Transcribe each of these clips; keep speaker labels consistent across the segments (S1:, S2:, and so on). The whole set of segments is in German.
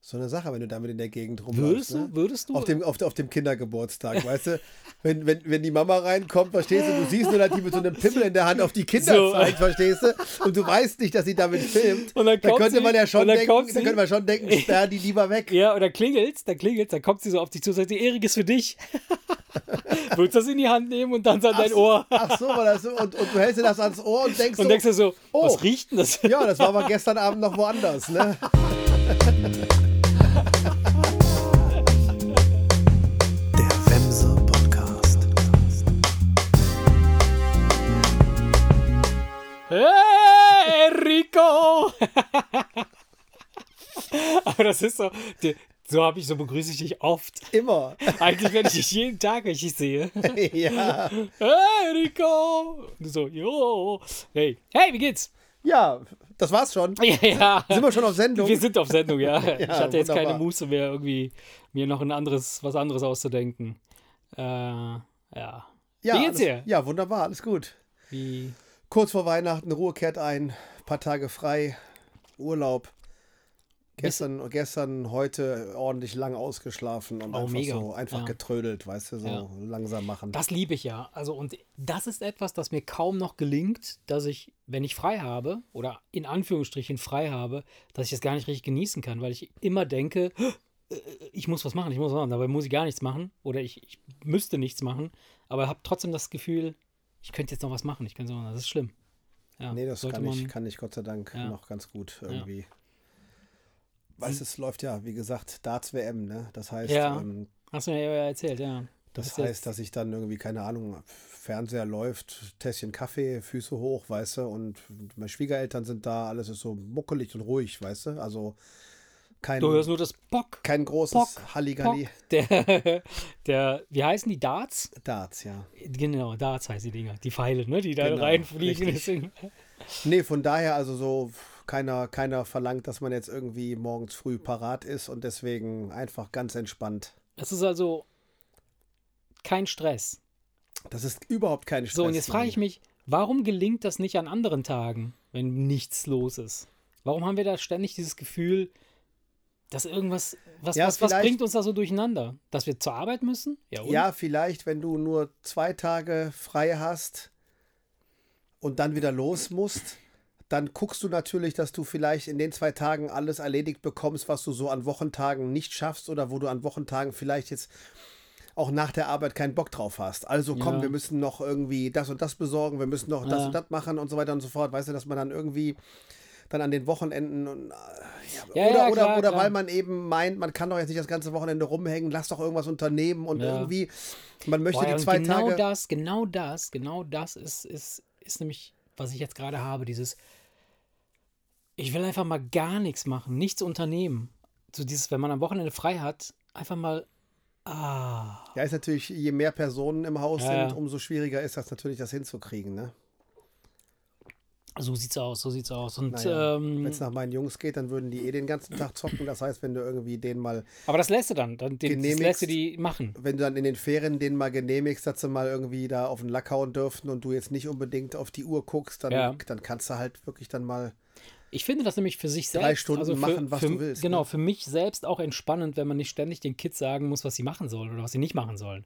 S1: so eine Sache, wenn du damit in der Gegend rumläufst.
S2: Würdest
S1: Ne?
S2: du, würdest du?
S1: Auf dem, auf, auf dem Kindergeburtstag, weißt du? Wenn, wenn, wenn die Mama reinkommt, verstehst du, du siehst nur, dass die mit so einem Pimmel in der Hand auf die Kinder
S2: So.
S1: zeigt, verstehst du? Und du weißt nicht, dass sie damit filmt.
S2: Und dann
S1: da
S2: kommt
S1: könnte
S2: sie-
S1: man ja schon
S2: und dann
S1: denken,
S2: kommt
S1: da
S2: sie-
S1: könnte man schon denken, sperr die lieber weg.
S2: ja, oder klingelt's, dann klingelt's, dann kommt sie so auf dich zu und sagt, die Erik ist für dich. Würdest du das in die Hand nehmen und dann so an dein Ohr.
S1: Ach so, war das so. Und, und du hältst dir das ans Ohr und denkst,
S2: Und
S1: so,
S2: denkst dir so,
S1: Oh.
S2: was riecht denn das?
S1: ja, das war aber gestern Abend noch woanders, ne?
S3: Der Wemse Podcast.
S2: Hey, Rico! Aber das ist so, die- so habe ich, so begrüße ich dich oft.
S1: Immer.
S2: Eigentlich, wenn ich dich jeden Tag richtig sehe.
S1: ja.
S2: Hey, Rico! Und du so, jo! Hey, hey, wie geht's?
S1: ja, das war's schon.
S2: Ja, ja.
S1: Sind wir schon auf Sendung?
S2: Wir sind auf Sendung, ja. ich hatte jetzt
S1: wunderbar.
S2: keine Muße mehr, irgendwie mir noch ein anderes, was anderes auszudenken. Äh, ja.
S1: ja,
S2: Wie geht's
S1: alles-
S2: dir?
S1: Ja, wunderbar, alles gut.
S2: Wie,
S1: Kurz vor Weihnachten, Ruhe kehrt ein, paar Tage frei, Urlaub. Gestern, gestern, heute ordentlich lang ausgeschlafen und
S2: Oh,
S1: einfach
S2: mega.
S1: so einfach
S2: Ja.
S1: getrödelt, weißt du, so
S2: Ja.
S1: langsam machen.
S2: Das liebe ich ja. Also, und das ist etwas, das mir kaum noch gelingt, dass ich, wenn ich frei habe, oder in Anführungsstrichen frei habe, dass ich das gar nicht richtig genießen kann, weil ich immer denke, äh, ich muss was machen, ich muss was machen. Dabei muss ich gar nichts machen oder ich, ich müsste nichts machen, aber habe trotzdem das Gefühl, ich könnte jetzt noch was machen. Ich könnte so, das ist schlimm. Ja,
S1: nee, das
S2: sollte
S1: kann ich,
S2: man-
S1: kann ich Gott sei Dank
S2: Ja.
S1: noch ganz gut irgendwie. Weißt du, es läuft ja, wie gesagt, Darts WM, ne? Das heißt,
S2: Ja.
S1: ähm,
S2: Hast du mir ja erzählt, ja.
S1: das
S2: ist
S1: heißt,
S2: jetzt-
S1: dass ich dann irgendwie, keine Ahnung, Fernseher läuft, Tässchen Kaffee, Füße hoch, weißt du, und meine Schwiegereltern sind da, alles ist so muckelig und ruhig, weißt du? Also kein.
S2: Du hörst nur das Bock.
S1: Kein großes
S2: Pock, Pock,
S1: Halligalli.
S2: der, der, wie heißen die Darts?
S1: Darts, ja.
S2: Genau, Darts heißen die Dinger. Die Pfeile, ne? Die da
S1: Genau,
S2: reinfliegen.
S1: richtig.
S2: Deswegen.
S1: Nee, von daher also so, keiner, keiner verlangt, dass man jetzt irgendwie morgens früh parat ist und deswegen einfach ganz entspannt.
S2: Das ist also kein Stress.
S1: Das ist überhaupt kein Stress.
S2: So, und jetzt frage ich
S1: Mann.
S2: mich, warum gelingt das nicht an anderen Tagen, wenn nichts los ist? Warum haben wir da ständig dieses Gefühl, dass irgendwas, was,
S1: Ja,
S2: was, was
S1: vielleicht-
S2: bringt uns da so durcheinander? Dass wir zur Arbeit müssen? Ja, und?
S1: Ja, vielleicht, wenn du nur zwei Tage frei hast und dann wieder los musst, dann guckst du natürlich, dass du vielleicht in den zwei Tagen alles erledigt bekommst, was du so an Wochentagen nicht schaffst oder wo du an Wochentagen vielleicht jetzt auch nach der Arbeit keinen Bock drauf hast. Also komm,
S2: Ja.
S1: wir müssen noch irgendwie das und das besorgen, wir müssen noch das
S2: Ja.
S1: und das machen und so weiter und so fort. Weißt du, dass man dann irgendwie dann an den Wochenenden und
S2: Ja,
S1: oder,
S2: ja,
S1: oder,
S2: klar,
S1: oder
S2: klar.
S1: weil man eben meint, man kann doch jetzt nicht das ganze Wochenende rumhängen, lass doch irgendwas unternehmen und
S2: Ja.
S1: irgendwie, man möchte
S2: Boah, ja,
S1: die
S2: und
S1: zwei
S2: genau
S1: Tage.
S2: das, genau das, genau das ist, ist, ist nämlich, was ich jetzt gerade habe, dieses, ich will einfach mal gar nichts machen, nichts unternehmen. So dieses, wenn man am Wochenende frei hat, einfach mal, ah,
S1: Ja, ist natürlich, je mehr Personen im Haus
S2: Ja, ja.
S1: sind, umso schwieriger ist das natürlich, das hinzukriegen. Ne?
S2: so sieht's aus, so sieht's aus. Und,
S1: Naja, Wenn
S2: ähm,
S1: es nach meinen Jungs geht, dann würden die eh den ganzen Tag zocken. Das heißt, wenn du irgendwie den mal,
S2: aber das lässt du dann, dann den, das
S1: Genehmigst-
S2: lässt du die machen.
S1: wenn du dann in den Ferien den mal genehmigst, dass sie mal irgendwie da auf den Lack hauen dürften und du jetzt nicht unbedingt auf die Uhr guckst, dann,
S2: Ja.
S1: dann kannst du halt wirklich dann mal.
S2: Ich finde das nämlich für sich
S1: Drei
S2: selbst.
S1: Stunden
S2: also für,
S1: machen, was
S2: für,
S1: du willst,
S2: Genau,
S1: ne?
S2: für mich selbst auch entspannend, wenn man nicht ständig den Kids sagen muss, was sie machen sollen oder was sie nicht machen sollen.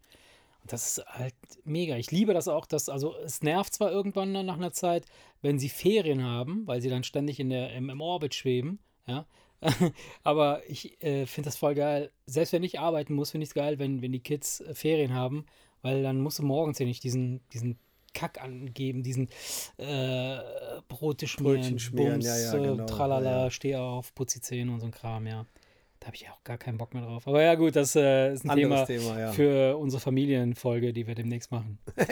S2: Und das ist halt mega. Ich liebe das auch, dass, also es nervt zwar irgendwann dann nach einer Zeit, wenn sie Ferien haben, weil sie dann ständig in der, im, im Orbit schweben, ja. Aber ich äh, finde das voll geil. Selbst wenn ich arbeiten muss, finde ich es geil, wenn, wenn die Kids äh, Ferien haben, weil dann musst du morgens ja nicht diesen, diesen Kack angeben, diesen äh, Brote schmieren,
S1: Brötchen schmieren,
S2: Bums,
S1: ja, ja,
S2: äh,
S1: genau,
S2: tralala,
S1: ja, ja.
S2: steh auf, putz die Zähne und so ein Kram, ja. Da habe ich ja auch gar keinen Bock mehr drauf. Aber ja, gut, das äh, ist ein Thema,
S1: Anderes Thema, ja.
S2: für unsere Familienfolge, die wir demnächst machen.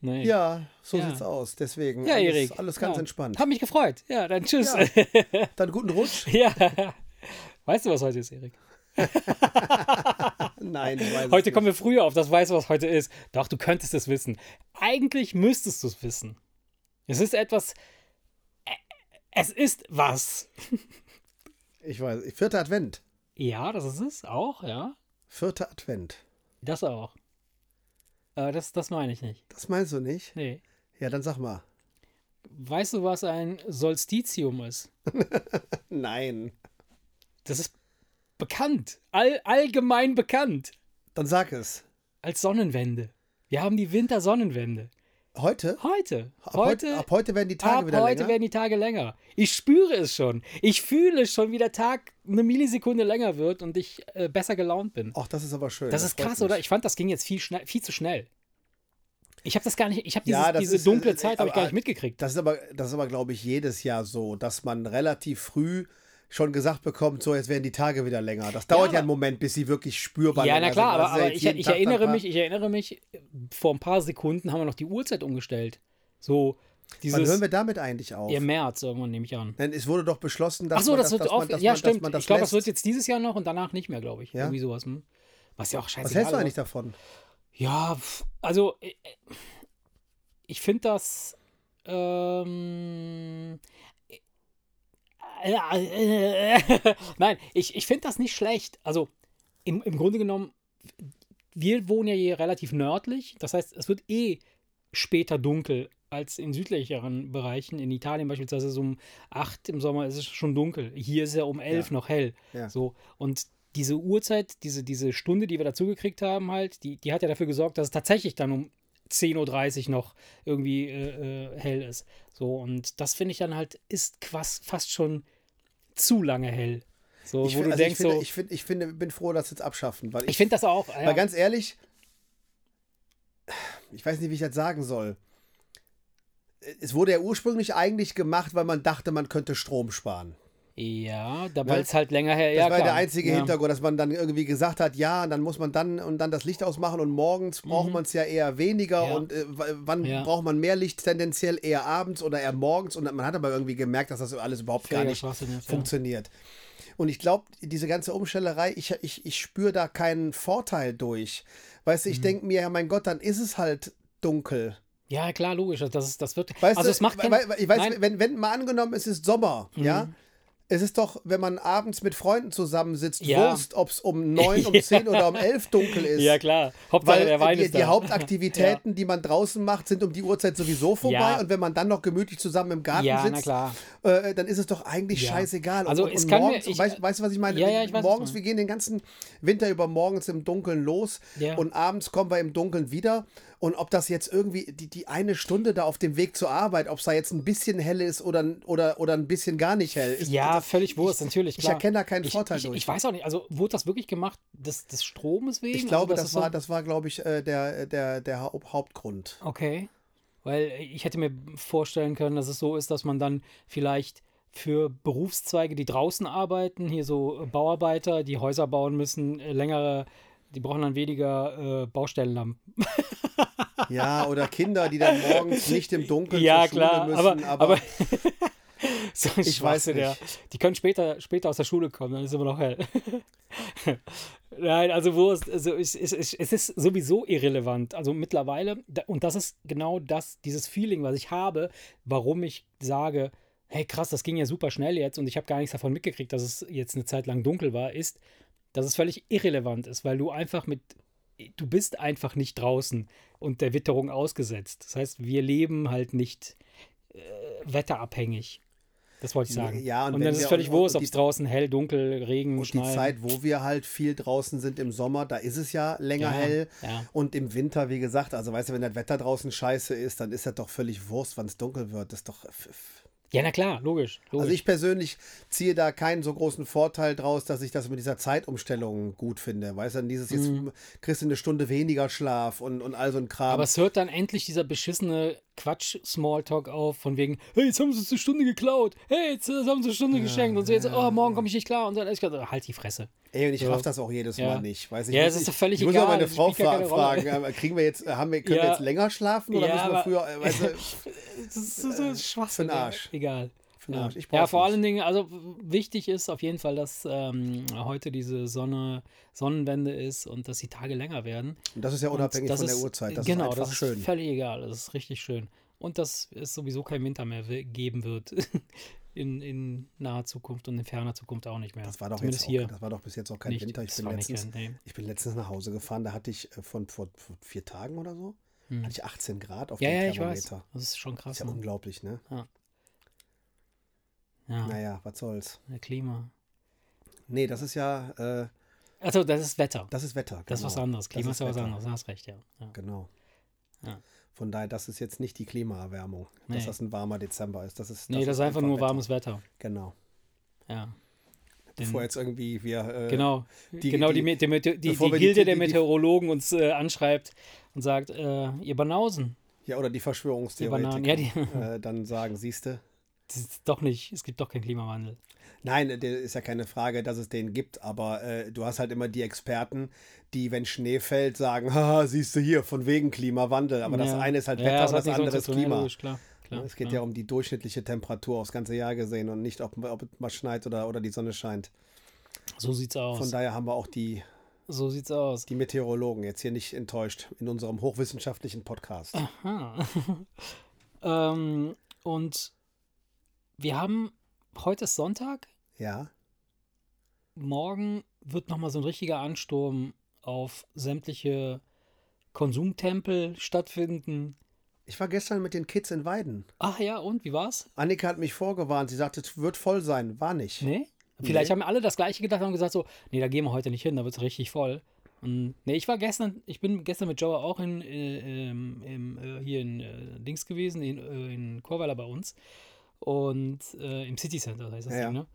S2: nee.
S1: Ja, so
S2: Ja.
S1: sieht's aus. Deswegen
S2: Ja,
S1: alles,
S2: Erik.
S1: alles ganz
S2: ja.
S1: entspannt.
S2: Hab mich gefreut. Ja, dann tschüss.
S1: Ja. Dann guten Rutsch.
S2: Ja. Weißt du, was heute ist, Erik?
S1: Nein, ich weiß es
S2: Heute
S1: nicht.
S2: kommen wir früher auf, das weißt du, was heute ist. Doch, du könntest es wissen. Eigentlich müsstest du es wissen. Es ist etwas. Ä- Es ist was.
S1: Ich weiß. Vierter Advent.
S2: Ja, das ist es auch, ja.
S1: Vierter Advent.
S2: Das auch. Aber das, das meine ich nicht.
S1: Das meinst du nicht?
S2: Nee.
S1: Ja, dann sag mal.
S2: Weißt du, was ein Solstitium ist?
S1: Nein.
S2: Das ist bekannt. All, allgemein bekannt.
S1: Dann sag es.
S2: Als Sonnenwende. Wir haben die Wintersonnenwende.
S1: Heute?
S2: Heute.
S1: Ab
S2: Heute.
S1: ab heute werden die Tage
S2: ab
S1: wieder
S2: heute
S1: länger.
S2: werden die Tage länger. Ich spüre es schon. Ich fühle schon, wie der Tag eine Millisekunde länger wird und ich äh, besser gelaunt bin.
S1: Ach, das ist aber schön.
S2: Das ist
S1: freut
S2: krass,
S1: mich.
S2: oder? Ich fand, das ging jetzt viel, schnell, viel zu schnell. Ich habe das gar nicht, ich habe
S1: Ja, das
S2: diese
S1: ist-
S2: dunkle
S1: äh,
S2: Zeit habe ich
S1: aber-
S2: gar nicht mitgekriegt.
S1: Das ist aber, das ist aber glaube ich, jedes Jahr so, dass man relativ früh schon gesagt bekommt, so jetzt werden die Tage wieder länger. Das dauert ja,
S2: aber-
S1: einen Moment, bis sie wirklich spürbar
S2: Ja,
S1: länger
S2: na klar,
S1: sind. Das
S2: aber,
S1: ist also ja
S2: aber
S1: jetzt
S2: ich,
S1: jeden
S2: ich
S1: Tag ein
S2: erinnere
S1: paar-
S2: mich, ich erinnere mich, äh, vor ein paar Sekunden haben wir noch die Uhrzeit umgestellt. So,
S1: Wann hören
S2: dieses
S1: wir damit eigentlich auf?
S2: ja, März irgendwann nehme ich an.
S1: Denn es wurde doch beschlossen, dass
S2: Ach so,
S1: man
S2: das, wird
S1: dass
S2: oft,
S1: man, dass
S2: ja
S1: man, Dass
S2: stimmt.
S1: man das
S2: ich glaube, das
S1: lässt.
S2: wird jetzt dieses Jahr noch und danach nicht mehr, glaube ich.
S1: Ja?
S2: Irgendwie sowas. Hm? Was ja auch scheiße
S1: Was hältst du eigentlich davon?
S2: Ja, pf, also äh, ich finde das. Ähm, äh, äh, nein, ich, ich finde das nicht schlecht. Also im, im Grunde genommen, wir wohnen ja hier relativ nördlich. Das heißt, es wird eh später dunkel als in südlicheren Bereichen. In Italien beispielsweise so um 8 im Sommer ist es schon dunkel. Hier ist es ja um 11 noch hell.
S1: Ja.
S2: So. Und diese Uhrzeit, diese, diese Stunde, die wir dazu gekriegt haben, halt, die, die hat ja dafür gesorgt, dass es tatsächlich dann um 10.30 Uhr noch irgendwie äh, äh, hell ist. So, und das finde ich dann halt, ist quas, fast schon zu lange hell. So,
S1: Ich,
S2: wo
S1: find-
S2: du
S1: also
S2: denkst,
S1: ich, finde,
S2: so,
S1: ich, finde, ich finde, bin froh, dass sie es abschaffen. Weil
S2: ich finde das auch. Ja,
S1: Weil ganz ehrlich, ich weiß nicht, wie ich das sagen soll. Es wurde ja ursprünglich eigentlich gemacht, weil man dachte, man könnte Strom sparen.
S2: ja da,
S1: Weil-
S2: weil es halt länger her.
S1: Ne? Das
S2: ja,
S1: war
S2: klar.
S1: der einzige
S2: ja.
S1: Hintergrund, dass man dann irgendwie gesagt hat, ja, und dann muss man dann und dann das Licht ausmachen und morgens braucht man es ja eher weniger
S2: Mhm. Ja.
S1: und äh, w- wann
S2: Ja.
S1: braucht man mehr Licht tendenziell eher abends oder eher morgens und man hat aber irgendwie gemerkt, dass das alles überhaupt gar
S2: Völliger
S1: nicht
S2: Schwachsinn, ja.
S1: funktioniert. Und ich glaube, diese ganze Umstellerei, ich, ich, ich spüre da keinen Vorteil durch. Weißt du,
S2: Mhm.
S1: ich denke mir, ja, mein Gott, dann ist es halt dunkel.
S2: Ja, klar, logisch. Das, ist, das wird.
S1: Weißt du,
S2: also, es macht
S1: weil,
S2: keinen.
S1: weil, ich weiß,
S2: nein, Mhm.
S1: wenn, wenn mal angenommen, es ist Sommer, ja. Es ist doch, wenn man abends mit Freunden zusammensitzt,
S2: Ja.
S1: Wurst, ob es um 9, um 10 oder um 11 dunkel ist.
S2: ja, klar. Hauptsache,
S1: Weil
S2: der Wein
S1: die,
S2: ist da.
S1: die Hauptaktivitäten, die man draußen macht, sind um die Uhrzeit sowieso vorbei.
S2: Ja.
S1: Und wenn man dann noch gemütlich zusammen im Garten
S2: Ja, na
S1: sitzt,
S2: klar.
S1: äh, dann ist es doch eigentlich
S2: Ja.
S1: scheißegal.
S2: Also
S1: und,
S2: es
S1: und
S2: kann mir-
S1: morgens,
S2: ich-
S1: weißt, weißt du, was ich meine?
S2: Ja, ja, ich weiß, was du
S1: morgens,
S2: meinst.
S1: wir gehen den ganzen Winter über morgens im Dunkeln los
S2: Ja.
S1: und abends kommen wir im Dunkeln wieder. Und ob das jetzt irgendwie die, die eine Stunde da auf dem Weg zur Arbeit, ob es da jetzt ein bisschen hell ist oder, oder, oder ein bisschen gar nicht hell ist.
S2: Ja, völlig Wurst, natürlich.
S1: ich
S2: Klar.
S1: erkenne da keinen
S2: ich,
S1: Vorteil
S2: ich,
S1: durch.
S2: Ich weiß auch nicht, also wurde das wirklich gemacht des, des Stromes wegen?
S1: Ich glaube,
S2: also,
S1: das,
S2: ist
S1: war,
S2: so,
S1: das war, glaube ich, äh, der, der, der Haupt- Hauptgrund.
S2: Okay. Weil äh, ich hätte mir vorstellen können, dass es so ist, dass man dann vielleicht für Berufszweige, die draußen arbeiten, hier so äh, Bauarbeiter, die Häuser bauen müssen, äh, längere, die brauchen dann weniger äh, Baustellen haben.
S1: Ja, oder Kinder, die dann morgens nicht im Dunkeln
S2: Ja,
S1: zur Schule
S2: klar,
S1: müssen.
S2: aber- aber- So ein
S1: Ich
S2: ich
S1: weiß
S2: weiß der. Die können später, später aus der Schule kommen, dann ist immer noch hell. Nein, also Wurst, also ich, ich, ich, es ist sowieso irrelevant. Also mittlerweile, da- und das ist genau das, dieses Feeling, was ich habe, warum ich sage, hey krass, das ging ja super schnell jetzt und ich habe gar nichts davon mitgekriegt, dass es jetzt eine Zeit lang dunkel war, ist, dass es völlig irrelevant ist, weil du einfach mit, du bist einfach nicht draußen und der Witterung ausgesetzt. Das heißt, wir leben halt nicht äh, wetterabhängig. Das wollte ich sagen.
S1: Ja, und
S2: und,
S1: wenn
S2: dann ist
S1: wir-
S2: es völlig
S1: und-
S2: wurscht,
S1: und
S2: ob es
S1: die-
S2: draußen hell, dunkel, Regen,
S1: Und die
S2: Schneien.
S1: Zeit, wo wir halt viel draußen sind im Sommer, da ist es ja länger
S2: Ja,
S1: hell.
S2: ja.
S1: Und im Winter, wie gesagt, also weißt du, wenn das Wetter draußen scheiße ist, dann ist das doch völlig Wurst, wann es dunkel wird. Das ist doch. f- f-
S2: Ja, na klar, logisch. logisch.
S1: Also ich persönlich ziehe da keinen so großen Vorteil draus, dass ich das mit dieser Zeitumstellung gut finde. Weißt du, dann dieses jetzt kriegst du eine Stunde weniger Schlaf und, und all so ein Kram.
S2: Mhm. aber es hört dann endlich dieser beschissene Quatsch-Smalltalk auf, von wegen, hey, jetzt haben sie uns eine Stunde geklaut, hey, jetzt äh, haben sie eine Stunde geschenkt und so jetzt, oh, morgen komme ich nicht klar und dann, ich dachte, halt die Fresse.
S1: Ey, und ich raff das auch jedes
S2: Ja.
S1: Mal nicht. Weiß ich
S2: Ja,
S1: muss-
S2: es ist
S1: ich-
S2: doch völlig
S1: ich muss
S2: egal,
S1: auch meine
S2: das
S1: Frau
S2: spielt gar
S1: fra
S2: keine
S1: fragen,
S2: Rolle.
S1: äh, kriegen wir jetzt, haben wir, können wir
S2: Ja.
S1: jetzt länger schlafen oder
S2: Ja,
S1: müssen wir
S2: aber-
S1: früher, äh, weißt du,
S2: Das ist so ein Schwachsinn.
S1: Für den Arsch.
S2: Ja, egal.
S1: Für den
S2: ja.
S1: Arsch. Ich brauch's
S2: ja, vor
S1: nicht.
S2: allen Dingen, also w- wichtig ist auf jeden Fall, dass ähm, heute diese Sonne, Sonnenwende ist und dass die Tage länger werden.
S1: Und das ist ja unabhängig
S2: Und das
S1: von
S2: ist-
S1: der Uhrzeit. Das
S2: genau,
S1: ist einfach
S2: das ist
S1: schön.
S2: völlig egal. Das ist richtig schön. Und dass es sowieso keinen Winter mehr we- geben wird. In, in naher Zukunft und in ferner Zukunft auch nicht mehr.
S1: Das war doch
S2: Zumindest
S1: jetzt
S2: hier
S1: auch, das war doch bis jetzt auch kein
S2: nicht.
S1: Winter. Ich
S2: Das
S1: bin,
S2: war nicht
S1: letztens,
S2: kein- nee.
S1: ich bin letztens nach Hause gefahren, da hatte ich äh, von vor, vor vier Tagen oder so, hatte ich 18 Grad auf
S2: Mhm. Hm. Ja,
S1: dem
S2: ja, ich weiß.
S1: Thermometer.
S2: Das ist schon
S1: Ist
S2: krass.
S1: ja
S2: ne?
S1: unglaublich, ne?
S2: Ja,
S1: Naja, was soll's.
S2: der Klima.
S1: Nee, das ist ja, äh,
S2: Also, das ist Wetter.
S1: genau. das ist Wetter.
S2: Das ist was anderes. Klima ist ja was
S1: Wetter.
S2: anderes. Du hast recht, ja. ja.
S1: Genau.
S2: Ja.
S1: Von daher, das ist jetzt nicht die Klimaerwärmung, dass
S2: Nee.
S1: das ein warmer Dezember ist. Das ist
S2: Nee, das ist einfach nur
S1: Wetter.
S2: warmes Wetter.
S1: Genau.
S2: Ja. Den-
S1: Bevor jetzt irgendwie wir. Äh,
S2: Genau,
S1: die-
S2: genau die,
S1: die-
S2: Me- die, Me- die, die
S1: bevor wir die-
S2: Gilde
S1: die-
S2: der
S1: die- die-
S2: Meteorologen uns äh, anschreibt und sagt, äh, ihr Banausen,
S1: Ja, oder die Verschwörungstheoretiker.
S2: Die Bananen,
S1: äh, dann sagen, siehste.
S2: das ist doch nicht, es gibt doch keinen Klimawandel.
S1: Nein, äh, der ist ja keine Frage, dass es den gibt, aber äh, du hast halt immer die Experten, die, wenn Schnee fällt, sagen, haha, siehst du hier, von wegen Klimawandel. Aber das
S2: Ja.
S1: eine ist halt
S2: Ja,
S1: Wetter
S2: es
S1: und
S2: hat
S1: das
S2: nichts
S1: andere ist
S2: damit zu tun, ja,
S1: Klima.
S2: logisch, klar, klar,
S1: es geht ja
S2: klar.
S1: um die durchschnittliche Temperatur aufs ganze Jahr gesehen und nicht, ob, ob es mal schneit oder, oder die Sonne scheint.
S2: So sieht's
S1: Von
S2: aus.
S1: daher haben wir auch die,
S2: So sieht's aus.
S1: die Meteorologen jetzt hier nicht enttäuscht in unserem hochwissenschaftlichen Podcast.
S2: Ah. Aha. ähm, und wir haben, heute ist Sonntag,
S1: Ja,
S2: morgen wird nochmal so ein richtiger Ansturm auf sämtliche Konsumtempel stattfinden.
S1: ich war gestern mit den Kids in Weiden.
S2: Ach ja, und wie war's?
S1: Annika hat mich vorgewarnt. Sie sagte, es wird voll sein. War nicht.
S2: Nee? Vielleicht
S1: Nee.
S2: haben alle das gleiche gedacht und haben gesagt so, nee, da gehen wir heute nicht hin, da wird es richtig voll. Und, nee, ich war gestern, ich bin gestern mit Joe auch in, äh, ähm, im, äh, hier in äh, Dings gewesen, in, äh, in Chorweiler bei uns. Und äh, im City Center heißt das
S1: Ja,
S2: Ding,
S1: ja.
S2: ne?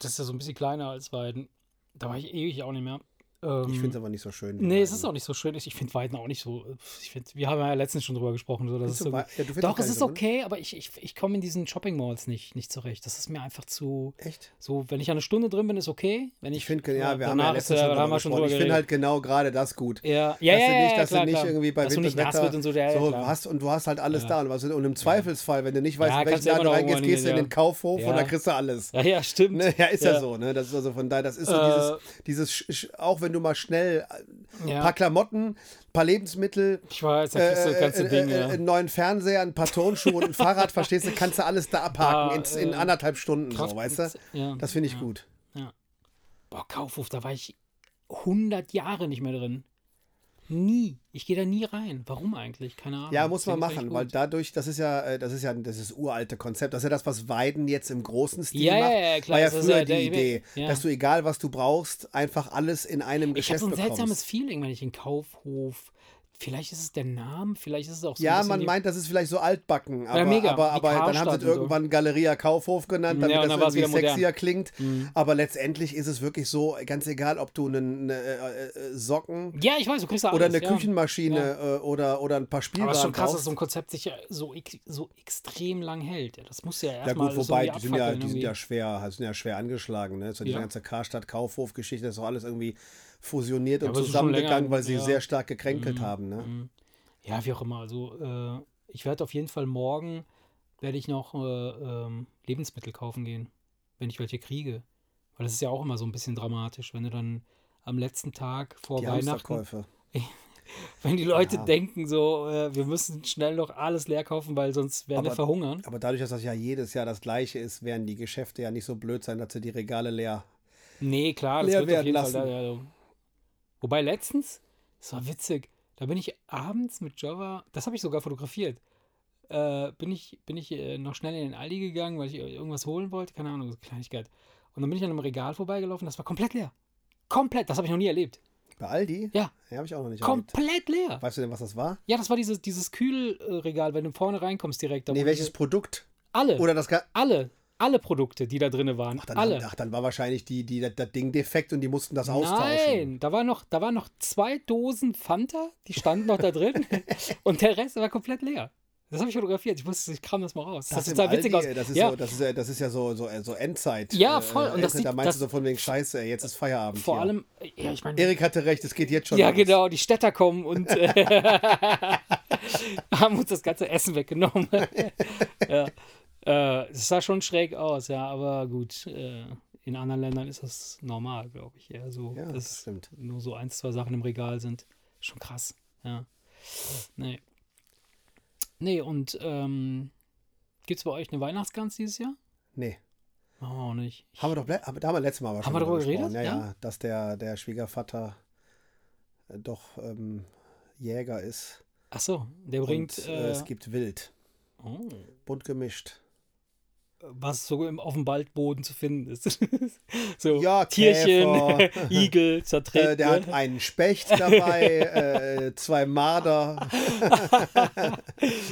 S2: Das ist ja so ein bisschen kleiner als Weiden. Da war ich ewig auch nicht mehr. Ähm,
S1: Ich finde es aber nicht so schön.
S2: Nee, es ist auch nicht so schön. Ich ich finde Weiden auch nicht so. Ich find, wir haben ja letztens schon drüber gesprochen. So, dass es
S1: Findest du
S2: so
S1: Wei- ja, du findest
S2: doch,
S1: gar
S2: es
S1: nicht
S2: ist
S1: so, ne?
S2: okay, aber ich, ich, ich komme in diesen Shopping Malls nicht, nicht zurecht. Das ist mir einfach zu.
S1: Echt?
S2: So, wenn ich eine Stunde drin bin, ist okay. Wenn ich,
S1: Ich finde, ja,
S2: äh,
S1: wir haben ja
S2: danach
S1: letztens
S2: ist, äh,
S1: schon
S2: da haben
S1: drüber
S2: wir schon
S1: gesprochen. Ich finde halt
S2: geredet.
S1: genau gerade das gut.
S2: ja, ja,
S1: dass du
S2: ja, ja,
S1: nicht,
S2: ja,
S1: dass
S2: klar,
S1: du nicht
S2: klar.
S1: irgendwie bei
S2: dass du
S1: Wind
S2: nicht
S1: und
S2: nass
S1: Wetter
S2: wird und so, ja, ja,
S1: so
S2: klar.
S1: hast und du hast halt alles da und, was, und im Zweifelsfall, wenn du nicht weißt,
S2: Ja,
S1: in welchen
S2: kannst du immer
S1: Laden
S2: noch
S1: du reingehst,
S2: irgendwo
S1: gehst du in
S2: hingehen,
S1: den Kaufhof und
S2: Ja.
S1: da kriegst du alles.
S2: ja, ja, stimmt.
S1: Ne? Ja, ist ja. so, ne? Das ist also von daher, das ist so
S2: Äh,
S1: dieses, dieses Sch- Sch- auch wenn du mal schnell äh, ein
S2: Ja.
S1: paar Klamotten, ein paar Lebensmittel,
S2: Ich weiß, da
S1: äh,
S2: kriegst du das ganze
S1: äh,
S2: Ding,
S1: äh,
S2: ja.
S1: einen neuen Fernseher, ein paar Turnschuhe und ein Fahrrad, verstehst du, kannst du alles da abhaken
S2: Ah,
S1: in, in
S2: äh,
S1: anderthalb Stunden, so,
S2: Kraft-
S1: weißt du?
S2: Ja.
S1: Das finde ich gut.
S2: Boah, Kaufhof, da war ich 100 Jahre nicht mehr drin. Nie. Ich gehe da nie rein. Warum eigentlich? Keine Ahnung.
S1: Ja, muss man
S2: Deswegen Ah, ist eigentlich
S1: machen, weil
S2: gut.
S1: dadurch, das ist ja, äh, das ist ja, das ist uralte Konzept. Das ist ja das, was Weiden jetzt im großen Stil
S2: Ja, ja,
S1: macht.
S2: ja, klar,
S1: war ja
S2: das ist
S1: früher
S2: ja der
S1: die Idee,
S2: Idee, ja.
S1: dass du egal was du brauchst, einfach alles in einem
S2: Ich habe
S1: Geschäft
S2: so ein
S1: bekommst.
S2: seltsames Feeling, wenn ich in Kaufhof. Vielleicht ist es der Name, vielleicht ist es auch so. ein
S1: ja,
S2: bisschen
S1: man
S2: die-
S1: meint, das ist vielleicht so altbacken, aber,
S2: mega,
S1: aber,
S2: wie
S1: aber dann haben sie
S2: Karstadt
S1: es
S2: und so. Mhm,
S1: irgendwann Galeria Kaufhof genannt, damit
S2: Ja, und dann
S1: das
S2: war's
S1: irgendwie
S2: wieder modern. Mhm.
S1: sexier klingt. Aber letztendlich ist es wirklich so, ganz egal, ob du einen äh, äh, Socken
S2: Ja, ich weiß, du kriegst da
S1: oder
S2: alles,
S1: eine
S2: ja.
S1: Küchenmaschine äh, oder, oder ein paar Spielwaren
S2: Aber es ist schon krass, dass
S1: brauchst.
S2: so ein Konzept sich ja so, ex- so extrem lang hält. Ja, Das muss ja
S1: Ja
S2: erstmal
S1: gut, wobei, die sind ja,
S2: abfackeln
S1: die sind
S2: irgendwie.
S1: ja schwer, sind ja schwer angeschlagen, ne? So die
S2: Ja.
S1: ganze Karstadt-Kaufhof-Geschichte das ist doch alles irgendwie fusioniert und
S2: aber es ist schon
S1: zusammengegangen,
S2: länger,
S1: weil sie
S2: ja. Mhm.
S1: sehr stark gekränkelt haben, ne?
S2: Ja, wie auch immer. Also, äh, ich werde auf jeden Fall morgen werde ich noch äh, ähm, Lebensmittel kaufen gehen, wenn ich welche kriege. Weil das ist ja auch immer so ein bisschen dramatisch, wenn du dann am letzten Tag vor
S1: Die
S2: Weihnachten,
S1: Hamsterkäufe.
S2: wenn die Leute
S1: Ja.
S2: denken so, äh, wir müssen schnell noch alles leer kaufen, weil sonst werden wir
S1: Aber-
S2: verhungern.
S1: Aber dadurch, dass das ja jedes Jahr das gleiche ist, werden die Geschäfte ja nicht so blöd sein, dass sie die Regale leer.
S2: Nee, klar, das
S1: leer
S2: wird auf
S1: werden
S2: jeden
S1: lassen.
S2: Fall. Da, ja, ja. Wobei letztens, das war witzig, da bin ich abends mit Java, das habe ich sogar fotografiert, äh, bin ich, bin ich äh, noch schnell in den Aldi gegangen, weil ich irgendwas holen wollte, keine Ahnung, so Kleinigkeit. Und dann bin ich an einem Regal vorbeigelaufen, das war komplett leer. Komplett, das habe ich noch nie erlebt.
S1: Bei Aldi?
S2: Ja.
S1: Ja, habe ich auch noch nicht erlebt.
S2: Komplett leer.
S1: Weißt du denn, was das war?
S2: Ja, das war dieses, dieses Kühlregal, wenn du vorne reinkommst direkt. Da
S1: Nee,
S2: wo
S1: welches
S2: diese-
S1: Produkt?
S2: Alle,
S1: Oder das Ga
S2: alle, alle Produkte, die da drin waren.
S1: Ach, dann,
S2: alle.
S1: Ach, dann war wahrscheinlich die, die, das, das Ding defekt und die mussten das austauschen.
S2: Nein, da waren noch, da waren noch zwei Dosen Fanta, die standen noch da drin und der Rest war komplett leer. Das habe ich fotografiert. Ich wusste, ich kram das mal raus. Das,
S1: im
S2: sieht total witzig aus.
S1: Aldi, Das ist,
S2: ja,
S1: so, das, ist, ja- das ist ja so, so, so Endzeit.
S2: Ja,
S1: äh,
S2: voll. Und
S1: Endzeit,
S2: das sieht-
S1: da meinst
S2: das-
S1: du so von wegen Scheiße, ey, jetzt ist Feierabend.
S2: vor
S1: hier.
S2: allem, ja, ich meine,
S1: Erik hatte recht, es geht jetzt schon.
S2: ja
S1: los.
S2: genau, die Städter kommen und äh, haben uns das ganze Essen weggenommen. ja, äh, es sah schon schräg aus, ja, aber gut. Äh, in anderen Ländern ist das normal, glaube ich. Eher so,
S1: Ja, das
S2: dass
S1: stimmt.
S2: nur so ein, zwei Sachen im Regal sind. Schon krass. Ja. Nee. Nee, und ähm, gibt es bei euch eine Weihnachtsgans dieses Jahr?
S1: Nee.
S2: Machen wir auch nicht.
S1: Haben wir doch le- haben, da haben wir letztes Mal aber schon
S2: wir
S1: drüber
S2: darüber
S1: gesprochen.
S2: geredet?
S1: Ja, ja, dass der, der Schwiegervater äh, doch ähm, Jäger ist.
S2: Ach so, der bringt.
S1: und, äh,
S2: äh,
S1: es gibt Wild.
S2: oh,
S1: Bunt gemischt.
S2: was so im, auf dem Waldboden zu finden ist. so
S1: Ja,
S2: Tierchen,
S1: Käfer.
S2: Igel, zertreten. ne?
S1: Äh, der hat einen Specht dabei, äh, zwei Marder.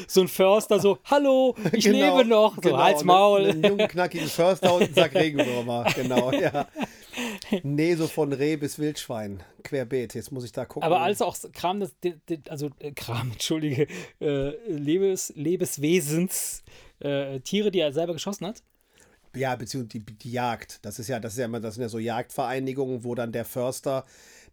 S2: so ein Förster, so, hallo, ich
S1: Genau,
S2: lebe noch, so
S1: genau,
S2: Hals,
S1: einen-
S2: Maul.
S1: Einen jungen, knackigen Förster und einen Sack Regenwürmer, genau, ja. Nee, so von Reh bis Wildschwein, querbeet. Jetzt muss ich da gucken.
S2: Aber alles auch Kram, des, de- de- also äh, Kram, entschuldige, äh, Lebes, Lebenswesens, äh, Tiere, die er selber geschossen hat.
S1: Ja, beziehungsweise die, die Jagd. Das ist ja, das ist ja immer, das sind ja so Jagdvereinigungen, wo dann der Förster,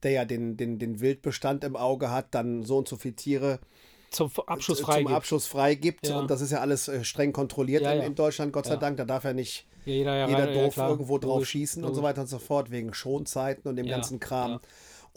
S1: der ja den, den, den Wildbestand im Auge hat, dann so und so viele Tiere äh,
S2: Zum Abschuss
S1: zum
S2: freigibt.
S1: Abschuss freigibt.
S2: Ja.
S1: Und das ist ja alles äh, streng kontrolliert
S2: Ja,
S1: in,
S2: ja.
S1: in Deutschland, Gott sei
S2: Ja.
S1: Dank. Da darf ja nicht
S2: Ja, jeder, ja,
S1: jeder
S2: ja,
S1: doof
S2: klar.
S1: irgendwo drauf
S2: Logisch,
S1: schießen und so
S2: logisch.
S1: weiter und so fort, wegen Schonzeiten und dem
S2: Ja,
S1: ganzen Kram.
S2: ja.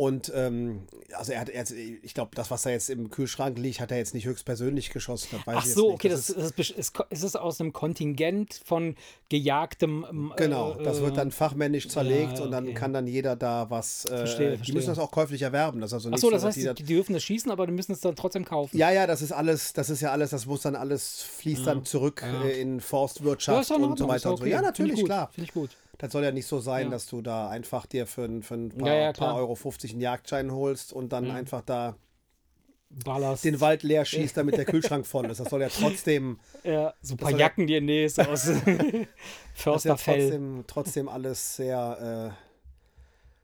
S1: Und ähm, also er hat, er, ich glaube, das, was da jetzt im Kühlschrank liegt, hat er jetzt nicht höchstpersönlich geschossen. Das weiß
S2: Ach
S1: ich jetzt
S2: so,
S1: nicht.
S2: okay, das, ist, das ist, ist, ist es aus einem Kontingent von gejagtem. ähm,
S1: Genau,
S2: äh,
S1: das wird dann fachmännisch zerlegt
S2: ja,
S1: und dann
S2: okay.
S1: kann dann jeder da was. Äh,
S2: Verstehe,
S1: die
S2: verstehe.
S1: müssen das auch käuflich erwerben. Das ist also
S2: Ach
S1: nicht
S2: so, das
S1: dass
S2: heißt,
S1: die
S2: die,
S1: da-
S2: die dürfen es schießen, aber die müssen es dann trotzdem kaufen.
S1: ja, ja, das ist alles, das ist ja alles, das muss dann alles, fließt dann zurück äh, in
S2: Ja,
S1: Forstwirtschaft
S2: ist doch in
S1: und so
S2: Ordnung, ist
S1: weiter
S2: doch
S1: und so.
S2: okay.
S1: Ja,
S2: Finde ich
S1: natürlich,
S2: gut,
S1: klar.
S2: Finde ich gut.
S1: Das soll ja nicht so sein,
S2: Ja.
S1: dass du da einfach dir für, ein- für ein paar,
S2: Ja, ja,
S1: paar
S2: klar. Mhm.
S1: Euro 50 einen Jagdschein holst und dann einfach da
S2: Ballast.
S1: den Wald leer schießt, damit der Kühlschrank voll ist. Das soll ja trotzdem,
S2: ja, Äh, so ein paar
S1: soll ja-
S2: Jacken, die in Nähe ist aus
S1: das ist ja
S2: Försterfell.
S1: trotzdem, trotzdem alles sehr. Äh,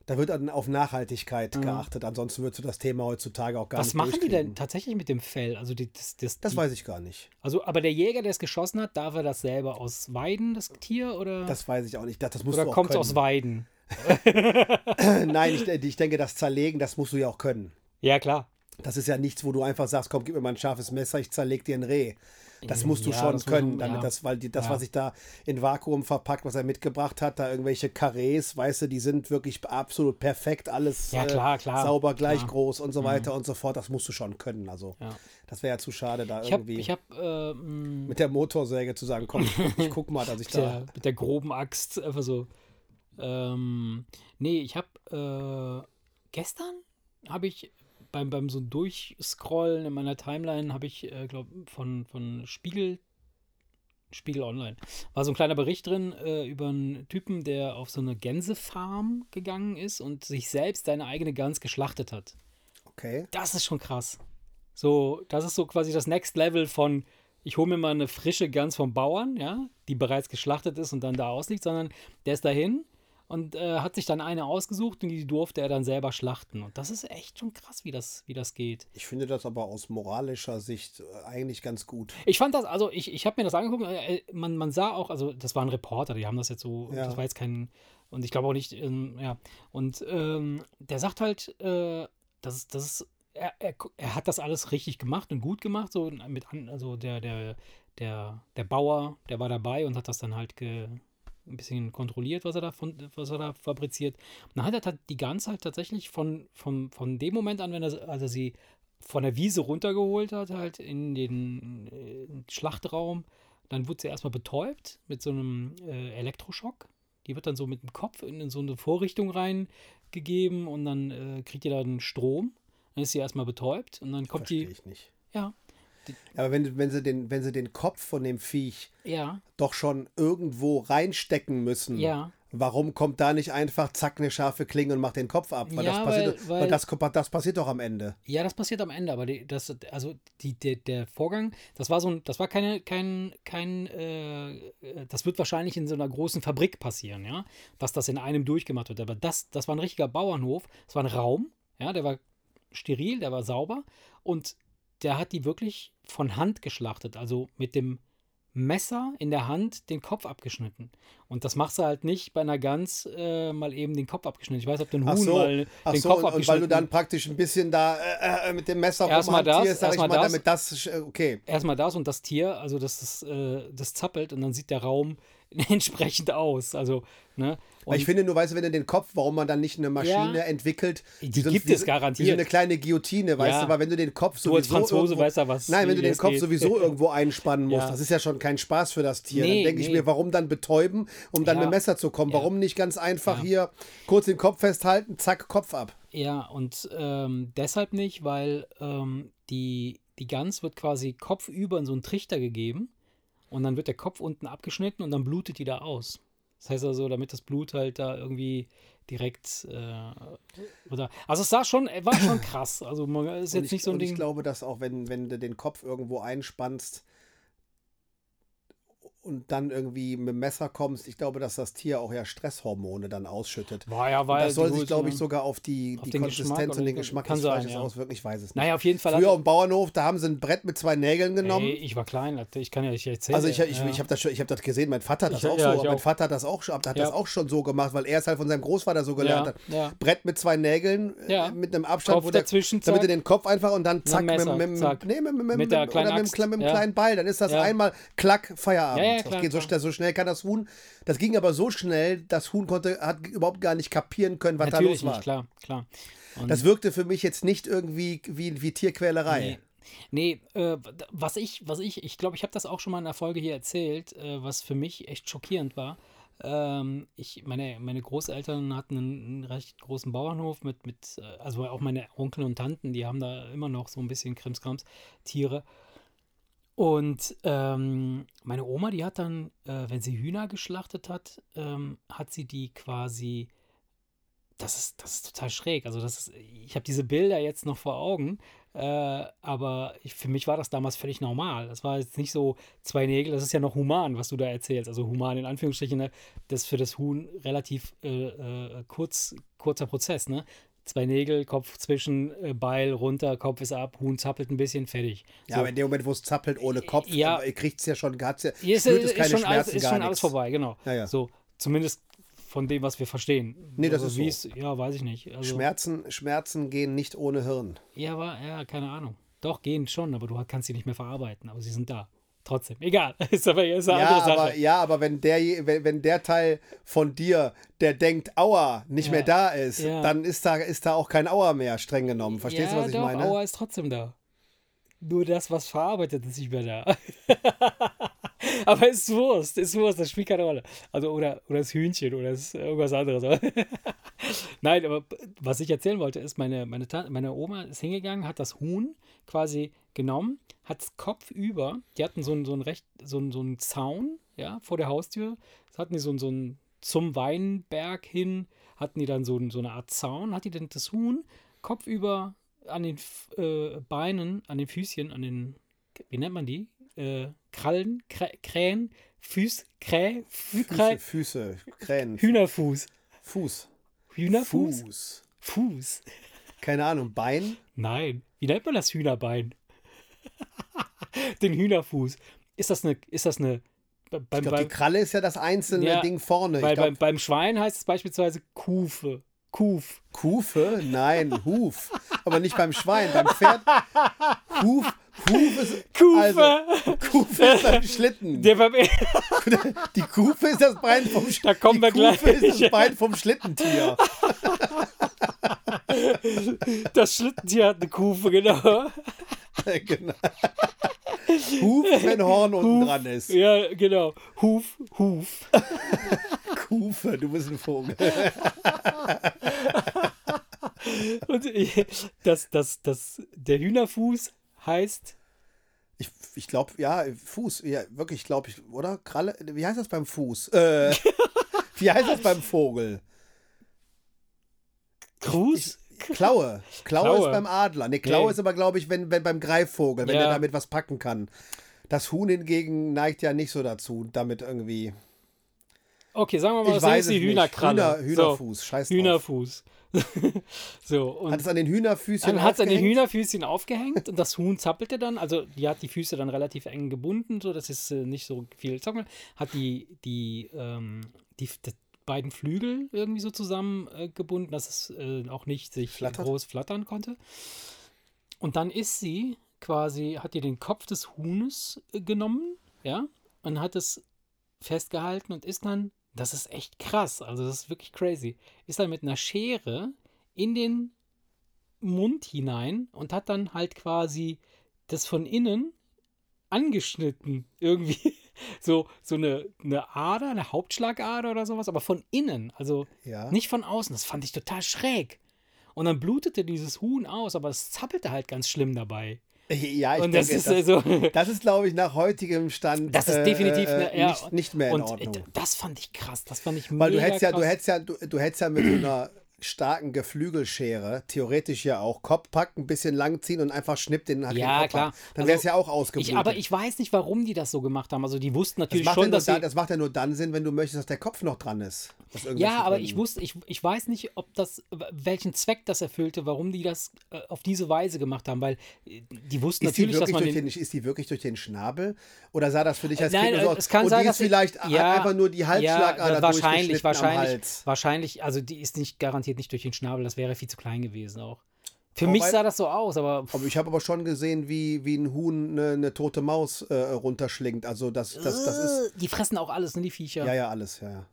S1: da wird dann auf Nachhaltigkeit geachtet. Ansonsten würdest du das Thema heutzutage auch gar
S2: Mhm. Was
S1: nicht
S2: machen die denn
S1: durchkriegen.
S2: tatsächlich mit dem Fell? Also, die, das, das,
S1: Das
S2: die,
S1: weiß ich gar nicht.
S2: also, aber der Jäger, der es geschossen hat, darf er das selber aus Weiden, das Tier? Oder,
S1: Das weiß ich auch nicht. Das, das musst
S2: Ah. oder
S1: du auch
S2: kommt es
S1: können.
S2: aus Weiden?
S1: Nein, ich, ich denke, das Zerlegen, das musst du ja auch können.
S2: Ja, klar.
S1: Das ist ja nichts, wo du einfach sagst, komm, gib mir mal ein scharfes Messer, ich zerleg dir ein Reh. Das musst du
S2: Ja,
S1: schon
S2: das muss man-
S1: können, damit
S2: ja.
S1: das, weil die, das,
S2: Ja.
S1: was ich da in Vakuum verpackt, was er mitgebracht hat, da irgendwelche Karrees, weißt du, die sind wirklich absolut perfekt, alles äh,
S2: Ja, klar, klar,
S1: sauber, gleich
S2: klar. Mhm.
S1: groß und so weiter und so fort. Das musst du schon können. Also,
S2: Ja.
S1: das wäre ja zu schade, da
S2: Ich habe
S1: irgendwie
S2: ich hab, ähm,
S1: mit der Motorsäge zu sagen, komm, ich guck mal, dass ich
S2: mit der,
S1: da.
S2: mit der groben Axt einfach so. Ähm, nee, ich habe äh, gestern habe ich beim, beim so Durchscrollen in meiner Timeline habe ich, äh, glaube von von Spiegel Spiegel Online war so ein kleiner Bericht drin äh, über einen Typen, der auf so eine Gänsefarm gegangen ist und sich selbst seine eigene Gans geschlachtet hat.
S1: Okay.
S2: Das ist schon krass. So, das ist so quasi das Next Level von, ich hole mir mal eine frische Gans vom Bauern, ja, die bereits geschlachtet ist und dann da ausliegt, sondern der ist dahin und äh, hat sich dann eine ausgesucht und die durfte er dann selber schlachten. Und das ist echt schon krass, wie das, wie das geht.
S1: Ich finde das aber aus moralischer Sicht äh, eigentlich ganz gut.
S2: Ich fand das, also ich, ich habe mir das angeguckt, äh, man, man sah auch, also das waren Reporter, die haben das jetzt so,
S1: Ja.
S2: das war jetzt kein, und ich glaube auch nicht, ähm, ja, und ähm, der sagt halt, äh, das ist, das ist, er, er, er hat das alles richtig gemacht und gut gemacht, so mit, an- also der, der, der, der Bauer, der war dabei und hat das dann halt ge, ein bisschen kontrolliert, was er da, von, was er da fabriziert. Und dann hat er tat- die Gans halt tatsächlich von, von, von dem Moment an, wenn er, als er sie von der Wiese runtergeholt hat, halt in den äh, Schlachtraum, dann wurde sie erstmal betäubt mit so einem äh, Elektroschock. Die wird dann so mit dem Kopf in, in so eine Vorrichtung reingegeben und dann äh, kriegt ihr da einen Strom. Dann ist sie erstmal betäubt und dann kommt
S1: Verstehe
S2: die.
S1: ich nicht.
S2: Ja,
S1: Aber wenn, wenn, sie den, wenn sie den Kopf von dem Viech
S2: ja,
S1: doch schon irgendwo reinstecken müssen.
S2: Ja.
S1: Warum kommt da nicht einfach zack eine scharfe Klinge und macht den Kopf ab? Weil,
S2: Ja,
S1: das, passiert,
S2: weil-
S1: doch-
S2: weil-
S1: weil das, das passiert doch am Ende.
S2: Ja, das passiert am Ende, aber die, das, also die, der, der Vorgang, das war so ein, das war keine, kein, kein, äh, äh, das wird wahrscheinlich in so einer großen Fabrik passieren, ja, dass das in einem durchgemacht wird. Aber das, das war ein richtiger Bauernhof, das war ein Raum, ja, der war steril, der war sauber und der hat die wirklich von Hand geschlachtet, also mit dem Messer in der Hand den Kopf abgeschnitten. Und das machst du halt nicht bei einer Gans äh, mal eben den Kopf abgeschnitten. Ich weiß, ob du einen
S1: Ach
S2: Huhn
S1: so,
S2: mal
S1: ach
S2: den
S1: so
S2: Kopf
S1: und, und weil
S2: abgeschnitten
S1: du dann praktisch ein bisschen da äh, äh, mit dem Messer
S2: Erstmal das,
S1: rumhantierst, sag ich
S2: erstmal
S1: mal,
S2: das.
S1: damit das, äh, okay.
S2: erstmal das und das Tier, also das, ist, äh, das zappelt und dann sieht der Raum entsprechend aus. Also, ne?
S1: Weil
S2: Und
S1: ich finde, nur weißt du, wenn du den Kopf, warum man dann nicht eine Maschine
S2: Ja.
S1: entwickelt,
S2: Die
S1: wie so-
S2: gibt
S1: wie so-
S2: es garantiert.
S1: Wie so eine kleine Guillotine, weißt
S2: Ja.
S1: du, weil wenn du den Kopf
S2: Du
S1: sowieso.
S2: als Franzose
S1: irgendwo,
S2: weißt ja, was-
S1: Nein, wenn
S2: wie
S1: du den
S2: das
S1: Kopf
S2: geht.
S1: sowieso irgendwo einspannen musst,
S2: Ja.
S1: das ist ja schon kein Spaß für das Tier.
S2: Nee,
S1: dann denke ich
S2: nee.
S1: mir, warum dann betäuben, um dann
S2: Ja.
S1: mit Messer zu kommen?
S2: Ja.
S1: Warum nicht ganz einfach
S2: Ja.
S1: hier kurz den Kopf festhalten, zack, Kopf ab?
S2: ja, und ähm, deshalb nicht, weil ähm, die, die Gans wird quasi kopfüber in so einen Trichter gegeben Und dann wird der Kopf unten abgeschnitten und dann blutet die da aus. Das heißt also, damit das Blut halt da irgendwie direkt äh, oder also es sah schon, war schon krass. Also man ist
S1: Und
S2: jetzt
S1: ich,
S2: nicht so ein
S1: und
S2: Ding.
S1: ich glaube, dass auch wenn, wenn du den Kopf irgendwo einspannst und dann irgendwie mit dem Messer kommst, ich glaube, dass das Tier auch ja Stresshormone dann ausschüttet.
S2: war ja,
S1: Und
S2: weil
S1: das soll
S2: die- ne?
S1: sich, glaube ich, sogar auf die,
S2: auf
S1: die
S2: den Geschmack
S1: Konsistenz
S2: oder
S1: und den
S2: den-
S1: Geschmack
S2: kann
S1: des
S2: sein,
S1: Fleisches
S2: ja.
S1: auswirken. Ich weiß es nicht.
S2: Naja, auf jeden Fall.
S1: Früher am Bauernhof, da haben sie ein Brett mit zwei Nägeln genommen.
S2: ey, ich war klein, Alter, ich kann ja nicht erzählen.
S1: also ich, ich,
S2: ja.
S1: ich habe das, schon- ich hab das gesehen, mein Vater hat das
S2: Ich-
S1: auch
S2: ja,
S1: so,
S2: ich
S1: aber mein
S2: auch.
S1: Vater hat das auch schon, hat das
S2: Ja.
S1: auch schon so gemacht, weil er es halt von seinem Großvater so gelernt hat.
S2: ja.
S1: Brett mit zwei Nägeln äh,
S2: Ja.
S1: mit einem Abstand,
S2: Kopf
S1: wo der,
S2: dazwischen,
S1: damit du
S2: zack.
S1: den Kopf einfach und dann zack, mit,
S2: Messer,
S1: mit, mit-
S2: zack.
S1: Nee, mit, mit, mit,
S2: Mit der
S1: oder
S2: kleinen
S1: mit, dem
S2: Axt,
S1: kle- mit dem
S2: ja.
S1: kleinen Beil, dann ist das
S2: Ja.
S1: einmal klack, Feierabend.
S2: Ja, ja,
S1: das
S2: klar,
S1: geht so,
S2: klar.
S1: schnell- so schnell kann das Huhn, das ging aber so schnell, das Huhn konnte, hat überhaupt gar nicht kapieren können, was
S2: Natürlich
S1: da los war.
S2: nicht, klar, klar. Und
S1: Das wirkte für mich jetzt nicht irgendwie wie, wie Tierquälerei.
S2: Nee, nee äh, was ich, was ich, ich glaube, ich habe das auch schon mal in der Folge hier erzählt, äh, was für mich echt schockierend war. Ähm, ich, meine, meine Großeltern hatten einen, einen recht großen Bauernhof mit, mit, äh, also auch meine Onkel und Tanten, die haben da immer noch so ein bisschen Krimskrams Tiere. Und ähm, meine Oma, die hat dann, äh, wenn sie Hühner geschlachtet hat, ähm, hat sie die quasi. Das ist, das ist total schräg. Also, das ist, ich habe diese Bilder jetzt noch vor Augen, äh, aber ich, für mich war das damals völlig normal. Das war jetzt nicht so zwei Nägel, das ist ja noch human, was du da erzählst. Also, human in Anführungsstrichen, ne? das für das Huhn relativ äh, äh, kurz, kurzer Prozess. Ne? Zwei Nägel, Kopf zwischen, äh, Beil runter, Kopf ist ab, Huhn zappelt ein bisschen, fertig.
S1: Ja, aber in dem Moment, wo es zappelt ohne Kopf,
S2: Ja.
S1: kriegt es ja schon, hat's ja,
S2: Hier ist, äh,
S1: spürt
S2: ist,
S1: es keine
S2: schon,
S1: Schmerzen
S2: alles, ist
S1: gar
S2: schon
S1: nichts.
S2: alles vorbei, genau.
S1: Ja, ja.
S2: So, zumindest von dem, was wir verstehen.
S1: Nee, das
S2: Also
S1: ist
S2: wie
S1: so.
S2: es- Ja, weiß ich nicht. Also,
S1: Schmerzen, Schmerzen gehen nicht ohne Hirn.
S2: Ja, war, ja, keine Ahnung. Doch, gehen schon, aber du kannst sie nicht mehr verarbeiten, aber sie sind da. Trotzdem. Egal. ist aber ist eine
S1: Ja,
S2: andere Sache.
S1: aber, ja, aber wenn der, je- wenn, wenn der Teil von dir, der denkt, Aua, nicht
S2: Ja.
S1: mehr da ist,
S2: Ja.
S1: dann ist da, ist da auch kein Aua mehr, streng genommen. Verstehst
S2: ja,
S1: du, was ich
S2: doch,
S1: meine?
S2: Aua ist trotzdem da. Nur das, was verarbeitet, ist nicht mehr da. aber ist Wurst, ist Wurst, das spielt keine Rolle. Also, oder, oder das Hühnchen oder das irgendwas anderes. Nein, aber was ich erzählen wollte, ist, meine, meine, Tante, meine Oma ist hingegangen, hat das Huhn quasi genommen, hat es Kopf über, die hatten so einen, so einen recht, so einen, so einen Zaun, ja, vor der Haustür. Das hatten die so einen, so einen zum Weinberg hin, hatten die dann so, einen, so eine Art Zaun, hat die dann das Huhn Kopf über an den F- äh, Beinen, an den Füßchen, an den, wie nennt man die? Äh, Krallen, Krä, Krähen, Füß, Krä, Fü, Krä,
S1: Füße, Füße, Krähen,
S2: Hühnerfuß.
S1: Fuß.
S2: Hühnerfuß?
S1: Fuß.
S2: Fuß.
S1: Keine Ahnung, Bein?
S2: Nein. Wie nennt man das Hühnerbein? Den Hühnerfuß. Ist das eine. Ist das eine bei-
S1: Ich
S2: beim,
S1: glaube, die
S2: beim,
S1: Kralle ist ja das einzelne
S2: Ja,
S1: Ding vorne.
S2: bei,
S1: ich glaub,
S2: beim, beim Schwein heißt es beispielsweise Kufe. Kuf.
S1: Kufe? Nein, Huf. Aber nicht beim Schwein, beim Pferd. Huf, Huf ist.
S2: Kufe!
S1: Also, Kufe ist beim Schlitten.
S2: Der beim,
S1: die Kufe ist das Bein vom Sch-
S2: Da kommen
S1: die
S2: wir gleich.
S1: Kufe ist das Bein vom Schlittentier.
S2: das Schlittentier hat eine Kufe, genau.
S1: genau. Huf, wenn Horn unten
S2: Huf.
S1: dran ist.
S2: Ja, genau. Huf, Huf.
S1: Kufe, du bist ein Vogel.
S2: Und äh, das, das, das, der Hühnerfuß heißt.
S1: Ich, ich glaube, ja, Fuß, ja, wirklich, glaube ich, oder? Kralle, wie heißt das beim Fuß? Äh, wie heißt das beim Vogel?
S2: Krus?
S1: Klaue. Klaue.
S2: Klaue.
S1: ist beim Adler. Ne, Klaue
S2: Nee.
S1: ist aber, glaube ich, wenn, wenn beim Greifvogel, wenn
S2: Ja.
S1: er damit was packen kann. Das Huhn hingegen neigt ja nicht so dazu, damit irgendwie.
S2: Okay, sagen wir mal,
S1: Ich
S2: das
S1: weiß
S2: ist die
S1: es nicht.
S2: Hühnerkralle.
S1: Hühner- Hühnerfuß,
S2: so.
S1: scheiß drauf.
S2: Hühnerfuß. so, und
S1: Hat es an den Hühnerfüßchen
S2: dann hat es an den
S1: aufgehängt?
S2: Hühnerfüßchen aufgehängt und das Huhn zappelte dann. Also, die hat die Füße dann relativ eng gebunden, so dass es äh, nicht so viel zappeln. Hat die, die, ähm, die, die beiden Flügel irgendwie so zusammengebunden, äh, gebunden, dass es äh, auch nicht sich
S1: Flattert?
S2: groß flattern konnte. Und dann ist sie quasi, hat ihr den Kopf des Huhnes äh, genommen, ja, und hat es festgehalten und ist dann, das ist echt krass, also das ist wirklich crazy, ist dann mit einer Schere in den Mund hinein und hat dann halt quasi das von innen angeschnitten irgendwie. So, so eine, eine Ader, eine Hauptschlagader oder sowas, aber von innen, also
S1: Ja.
S2: nicht von außen. Das fand ich total schräg. Und dann blutete dieses Huhn aus, aber es zappelte halt ganz schlimm dabei.
S1: Ja, Ah, ich
S2: Und das
S1: denke,
S2: ist
S1: das,
S2: also.
S1: das ist, glaube ich, nach heutigem Stand
S2: Das ist
S1: äh,
S2: definitiv
S1: äh,
S2: eine, ja,
S1: nicht, nicht mehr in
S2: und
S1: Ordnung.
S2: d- Das fand ich krass. Das fand ich
S1: Weil du
S2: mega
S1: hättest ja, du
S2: krass.
S1: hättest ja, du, du hättest ja mit so einer starken Geflügelschere theoretisch ja auch Kopf packen, ein bisschen lang ziehen und einfach schnipp den hat den
S2: Ja,
S1: Kopf
S2: klar.
S1: ab. Dann
S2: Also,
S1: wäre es ja auch ausgeblutet.
S2: ich, aber ich weiß nicht, warum die das so gemacht haben. Also die wussten
S1: das
S2: natürlich
S1: macht, ja
S2: schon,
S1: nur
S2: dass
S1: dann,
S2: sie.
S1: das macht ja nur dann Sinn, wenn du möchtest, dass der Kopf noch dran ist. Aus irgendwelchen
S2: Ja, aber
S1: Gründen.
S2: ich wusste, ich, ich weiß nicht, ob das, welchen Zweck das erfüllte, warum die das äh, auf diese Weise gemacht haben, weil äh, die wussten
S1: Ist die,
S2: natürlich, dass
S1: wirklich
S2: man
S1: durch
S2: den,
S1: den, ist die wirklich durch den Schnabel? Oder sah das für dich als
S2: Nein,
S1: Kind nur so
S2: äh,
S1: aus?
S2: es kann
S1: und
S2: sein,
S1: die
S2: dass
S1: ist
S2: sie-
S1: vielleicht a-
S2: ja,
S1: einfach nur die Halsschlagader
S2: ja, wahrscheinlich,
S1: durchgeschnitten am
S2: wahrscheinlich,
S1: Hals.
S2: wahrscheinlich. Also die ist nicht garantiert nicht durch den Schnabel. Das wäre viel zu klein gewesen auch. Für
S1: Aber
S2: mich
S1: weil-
S2: sah das so aus, aber
S1: Aber ich habe aber schon gesehen, wie, wie ein Huhn eine, eine tote Maus äh, runterschlingt. Also das, das, das ist...
S2: die fressen auch alles, ne, die Viecher.
S1: Ja, ja, alles, ja, ja.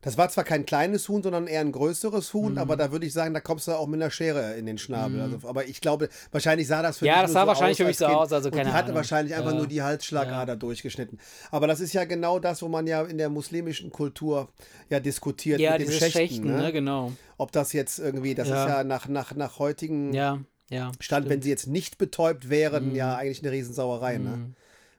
S1: Das war zwar kein kleines Huhn, sondern eher ein größeres Huhn,
S2: Mhm.
S1: aber da würde ich sagen, da kommst du auch mit einer Schere in den Schnabel. Also, aber ich glaube, wahrscheinlich sah das für
S2: Ja,
S1: dich
S2: das
S1: nur
S2: sah
S1: so
S2: wahrscheinlich
S1: aus
S2: für mich
S1: als
S2: so
S1: Kind.
S2: aus, also
S1: Und
S2: keine
S1: die hatte
S2: Ahnung.
S1: wahrscheinlich einfach
S2: Ja.
S1: nur die Halsschlagader durchgeschnitten. Aber das ist ja genau das, wo man ja in der muslimischen Kultur ja diskutiert
S2: Ja,
S1: mit dem
S2: diese
S1: Schächten.
S2: Schächten,
S1: ne?
S2: ne? genau.
S1: Ob das jetzt irgendwie, das
S2: Ja.
S1: ist ja nach, nach, nach heutigen
S2: Ja, ja.
S1: Stand, wenn sie jetzt nicht betäubt wären, ja eigentlich eine Riesensauerei, ne?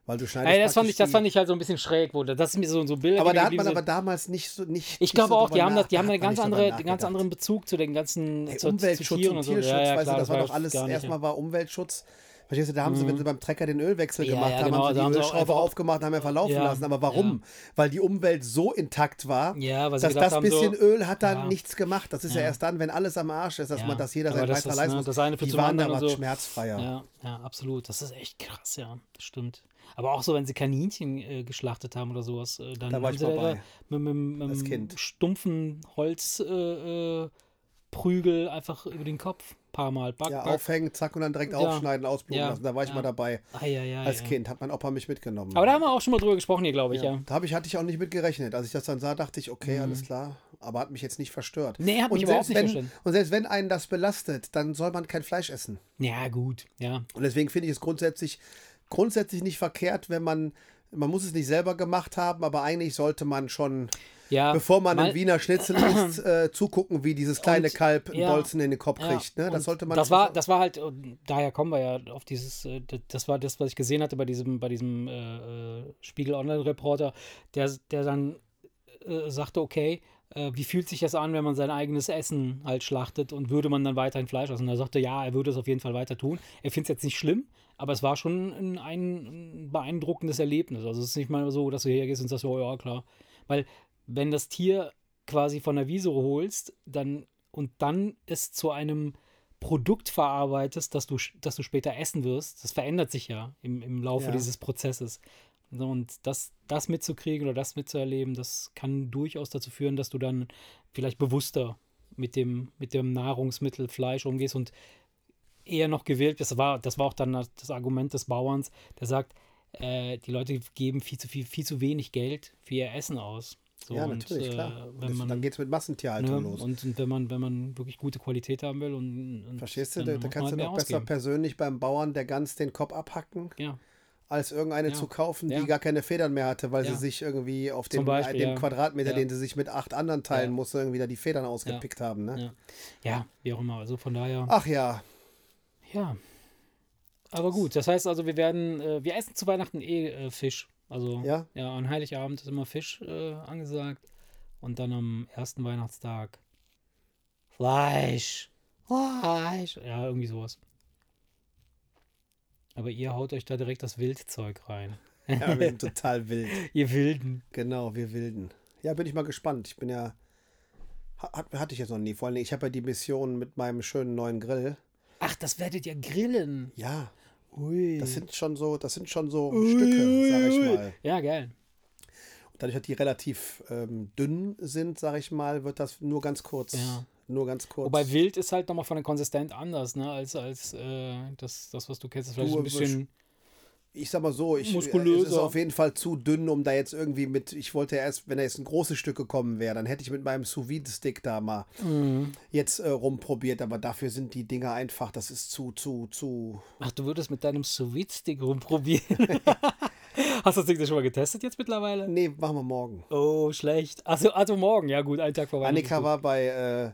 S1: Weil du schneidest
S2: Mhm. Ey, das fand
S1: praktisch
S2: ich, das
S1: die-
S2: fand ich halt so ein bisschen schräg, wo das ist mir so so Bilder.
S1: aber da hat
S2: geblieben
S1: man
S2: sind.
S1: aber damals nicht so nicht.
S2: ich
S1: nicht
S2: glaube
S1: so
S2: auch, die
S1: drüber
S2: haben das, die
S1: nach-
S2: haben
S1: da
S2: einen
S1: hat man
S2: ganz
S1: nicht drüber
S2: andere, den ganz
S1: nachgedacht.
S2: anderen Bezug zu den ganzen
S1: Ey,
S2: zu, zu
S1: Umweltschutz
S2: Tieren
S1: und
S2: und so.
S1: Tierschutz,
S2: ja, ja,
S1: weißt du,
S2: klar,
S1: das war doch
S2: ja
S1: alles,
S2: gar nicht, Mhm.
S1: erstmal war Umweltschutz. Verstehst du, da haben sie, wenn sie beim Trecker den Ölwechsel
S2: Ja,
S1: gemacht
S2: ja,
S1: haben,
S2: genau,
S1: haben sie
S2: da
S1: die
S2: haben sie auch
S1: Ölschraube
S2: einfach-
S1: aufgemacht und haben ja verlaufen
S2: Ja,
S1: lassen. Aber warum? Weil die Umwelt so intakt war,
S2: Ja, weil sie
S1: dass
S2: gedacht
S1: das
S2: haben, so-
S1: bisschen Öl hat dann
S2: ja.
S1: nichts gemacht. Das ist ja. erst dann, wenn alles am Arsch ist, dass
S2: Ja,
S1: man das jeder
S2: aber
S1: seinen
S2: das
S1: Beitrag
S2: ist,
S1: leisten
S2: ne,
S1: muss.
S2: das eine führt
S1: die
S2: zum
S1: waren
S2: anderen und
S1: damals
S2: so.
S1: schmerzfreier.
S2: Ja, ja, absolut. Das ist echt krass, ja. Das stimmt. Aber auch so, wenn sie Kaninchen äh, geschlachtet haben oder sowas, äh, dann
S1: Da war
S2: haben
S1: ich
S2: sie
S1: mal
S2: da
S1: bei.
S2: mit, mit, mit
S1: Als
S2: einem
S1: Kind.
S2: stumpfen Holzprügel äh, Prügel einfach über den Kopf. Paar Mal. Back,
S1: Ja,
S2: back.
S1: aufhängen, zack und dann direkt
S2: Ja.
S1: aufschneiden, ausbluten
S2: Ja,
S1: lassen. Da war ich
S2: ja.
S1: mal dabei.
S2: Ei, ei, ei,
S1: Als
S2: ei.
S1: Kind hat mein Opa mich mitgenommen.
S2: Aber da haben wir auch schon mal drüber gesprochen hier, glaube ich, ja.
S1: Da hab ich, hatte ich auch nicht mit gerechnet. Als ich das dann sah, dachte ich, okay, alles klar. Aber hat mich jetzt nicht verstört.
S2: Mhm. Nee, hat
S1: und
S2: mich
S1: selbst
S2: überhaupt nicht
S1: wenn,
S2: verstört.
S1: Und selbst wenn einen das belastet, dann soll man kein Fleisch essen.
S2: Ja, gut, ja.
S1: Und deswegen finde ich es grundsätzlich, grundsätzlich nicht verkehrt, wenn man, man muss es nicht selber gemacht haben, aber eigentlich sollte man schon,
S2: ja
S1: bevor man
S2: mal-
S1: einen Wiener Schnitzel isst, äh, zugucken, wie dieses kleine
S2: Und-
S1: Kalb einen
S2: ja,
S1: Bolzen in den Kopf
S2: ja,
S1: kriegt. Ne?
S2: und
S1: Das sollte man
S2: Das war, das war halt, und daher kommen wir ja auf dieses, äh, d- das war das, was ich gesehen hatte bei diesem, bei diesem äh, äh, Spiegel Online-Reporter, der, der dann äh, sagte, okay, äh, wie fühlt sich das an, wenn man sein eigenes Essen halt schlachtet und würde man dann weiterhin Fleisch essen? Und er sagte, ja, er würde es auf jeden Fall weiter tun. Er findet es jetzt nicht schlimm, aber es war schon ein, ein beeindruckendes Erlebnis. Also es ist nicht mal so, dass du hergehst und sagst, oh ja, klar. Weil wenn das Tier quasi von der Wiese holst, dann und dann es zu einem Produkt verarbeitest, das du, sch- das du später essen wirst, das verändert sich ja im, im Laufe
S1: Ja.
S2: dieses Prozesses. So, Und das, das mitzukriegen oder das mitzuerleben, das kann durchaus dazu führen, dass du dann vielleicht bewusster mit dem, mit dem Nahrungsmittel Fleisch umgehst und eher noch gewählt bist. Das war, das war auch dann das Argument des Bauerns, der sagt, äh, die Leute geben viel zu viel, viel zu wenig Geld für ihr Essen aus. So,
S1: ja,
S2: und,
S1: natürlich,
S2: äh,
S1: klar. Und
S2: Wenn
S1: das-
S2: man,
S1: dann geht es mit Massentierhaltung
S2: ne,
S1: los.
S2: Und, und wenn man, wenn man wirklich gute Qualität haben will und, und
S1: Verstehst du,
S2: dann
S1: da,
S2: muss
S1: da
S2: man
S1: kannst du
S2: halt mehr
S1: noch besser
S2: ausgeben. Genau.
S1: persönlich beim Bauern der Gans den Kopf abhacken,
S2: Ja.
S1: als irgendeine
S2: Ja.
S1: zu kaufen, die
S2: Ja.
S1: gar keine Federn mehr hatte, weil
S2: Ja.
S1: sie sich irgendwie auf dem,
S2: Zum
S1: äh,
S2: Beispiel,
S1: dem
S2: ja.
S1: Quadratmeter,
S2: Ja.
S1: den sie sich mit acht anderen teilen
S2: Ja.
S1: musste, irgendwie da die Federn ausgepickt haben. Ne?
S2: Ja. ja, wie auch immer. Also von daher.
S1: Ach ja,
S2: Ja. Aber gut, das heißt also, wir werden, äh, wir essen zu Weihnachten eh äh, Fisch. Also
S1: Ja?
S2: an Heiligabend ist immer Fisch äh, angesagt. Und dann am ersten Weihnachtstag Fleisch. Fleisch. Ja, irgendwie sowas. Aber ihr haut euch da direkt das Wildzeug rein.
S1: ja wir sind total wild.
S2: Ihr Wilden.
S1: Genau, wir Wilden. Ja, bin ich mal gespannt. Ich bin ja. ha- Hat, hatte ich jetzt noch nie. Vor allem, ich habe ja die Mission mit meinem schönen neuen Grill.
S2: Ach, das werdet ihr grillen.
S1: Ja,
S2: Ui.
S1: das sind schon so, das sind schon so Stücke, sag ich mal.
S2: Ja, geil.
S1: Dadurch, dass die relativ ähm, dünn sind, sage ich mal, wird das nur ganz kurz.
S2: Ja.
S1: Nur ganz kurz.
S2: Wobei wild ist halt nochmal von der Konsistenz anders, ne? Als, als äh, das, das, was du kennst. Das ist vielleicht
S1: Du,
S2: ein bisschen.
S1: ich sag mal so, ich, äh,
S2: Muskulöser.
S1: es ist auf jeden Fall zu dünn, um da jetzt irgendwie mit. Ich wollte ja erst, wenn er jetzt ein großes Stück gekommen wäre, dann hätte ich mit meinem sous vide stick da mal
S2: Mhm.
S1: jetzt äh, rumprobiert. Aber dafür sind die Dinger einfach, das ist zu, zu, zu.
S2: Ach, du würdest mit deinem Sous-Vide-Stick rumprobieren. Hast du das Ding denn schon mal getestet jetzt mittlerweile?
S1: Nee, machen wir morgen.
S2: Oh, schlecht. Also, also morgen, ja gut, einen Tag vorbei.
S1: Annika war bei, äh,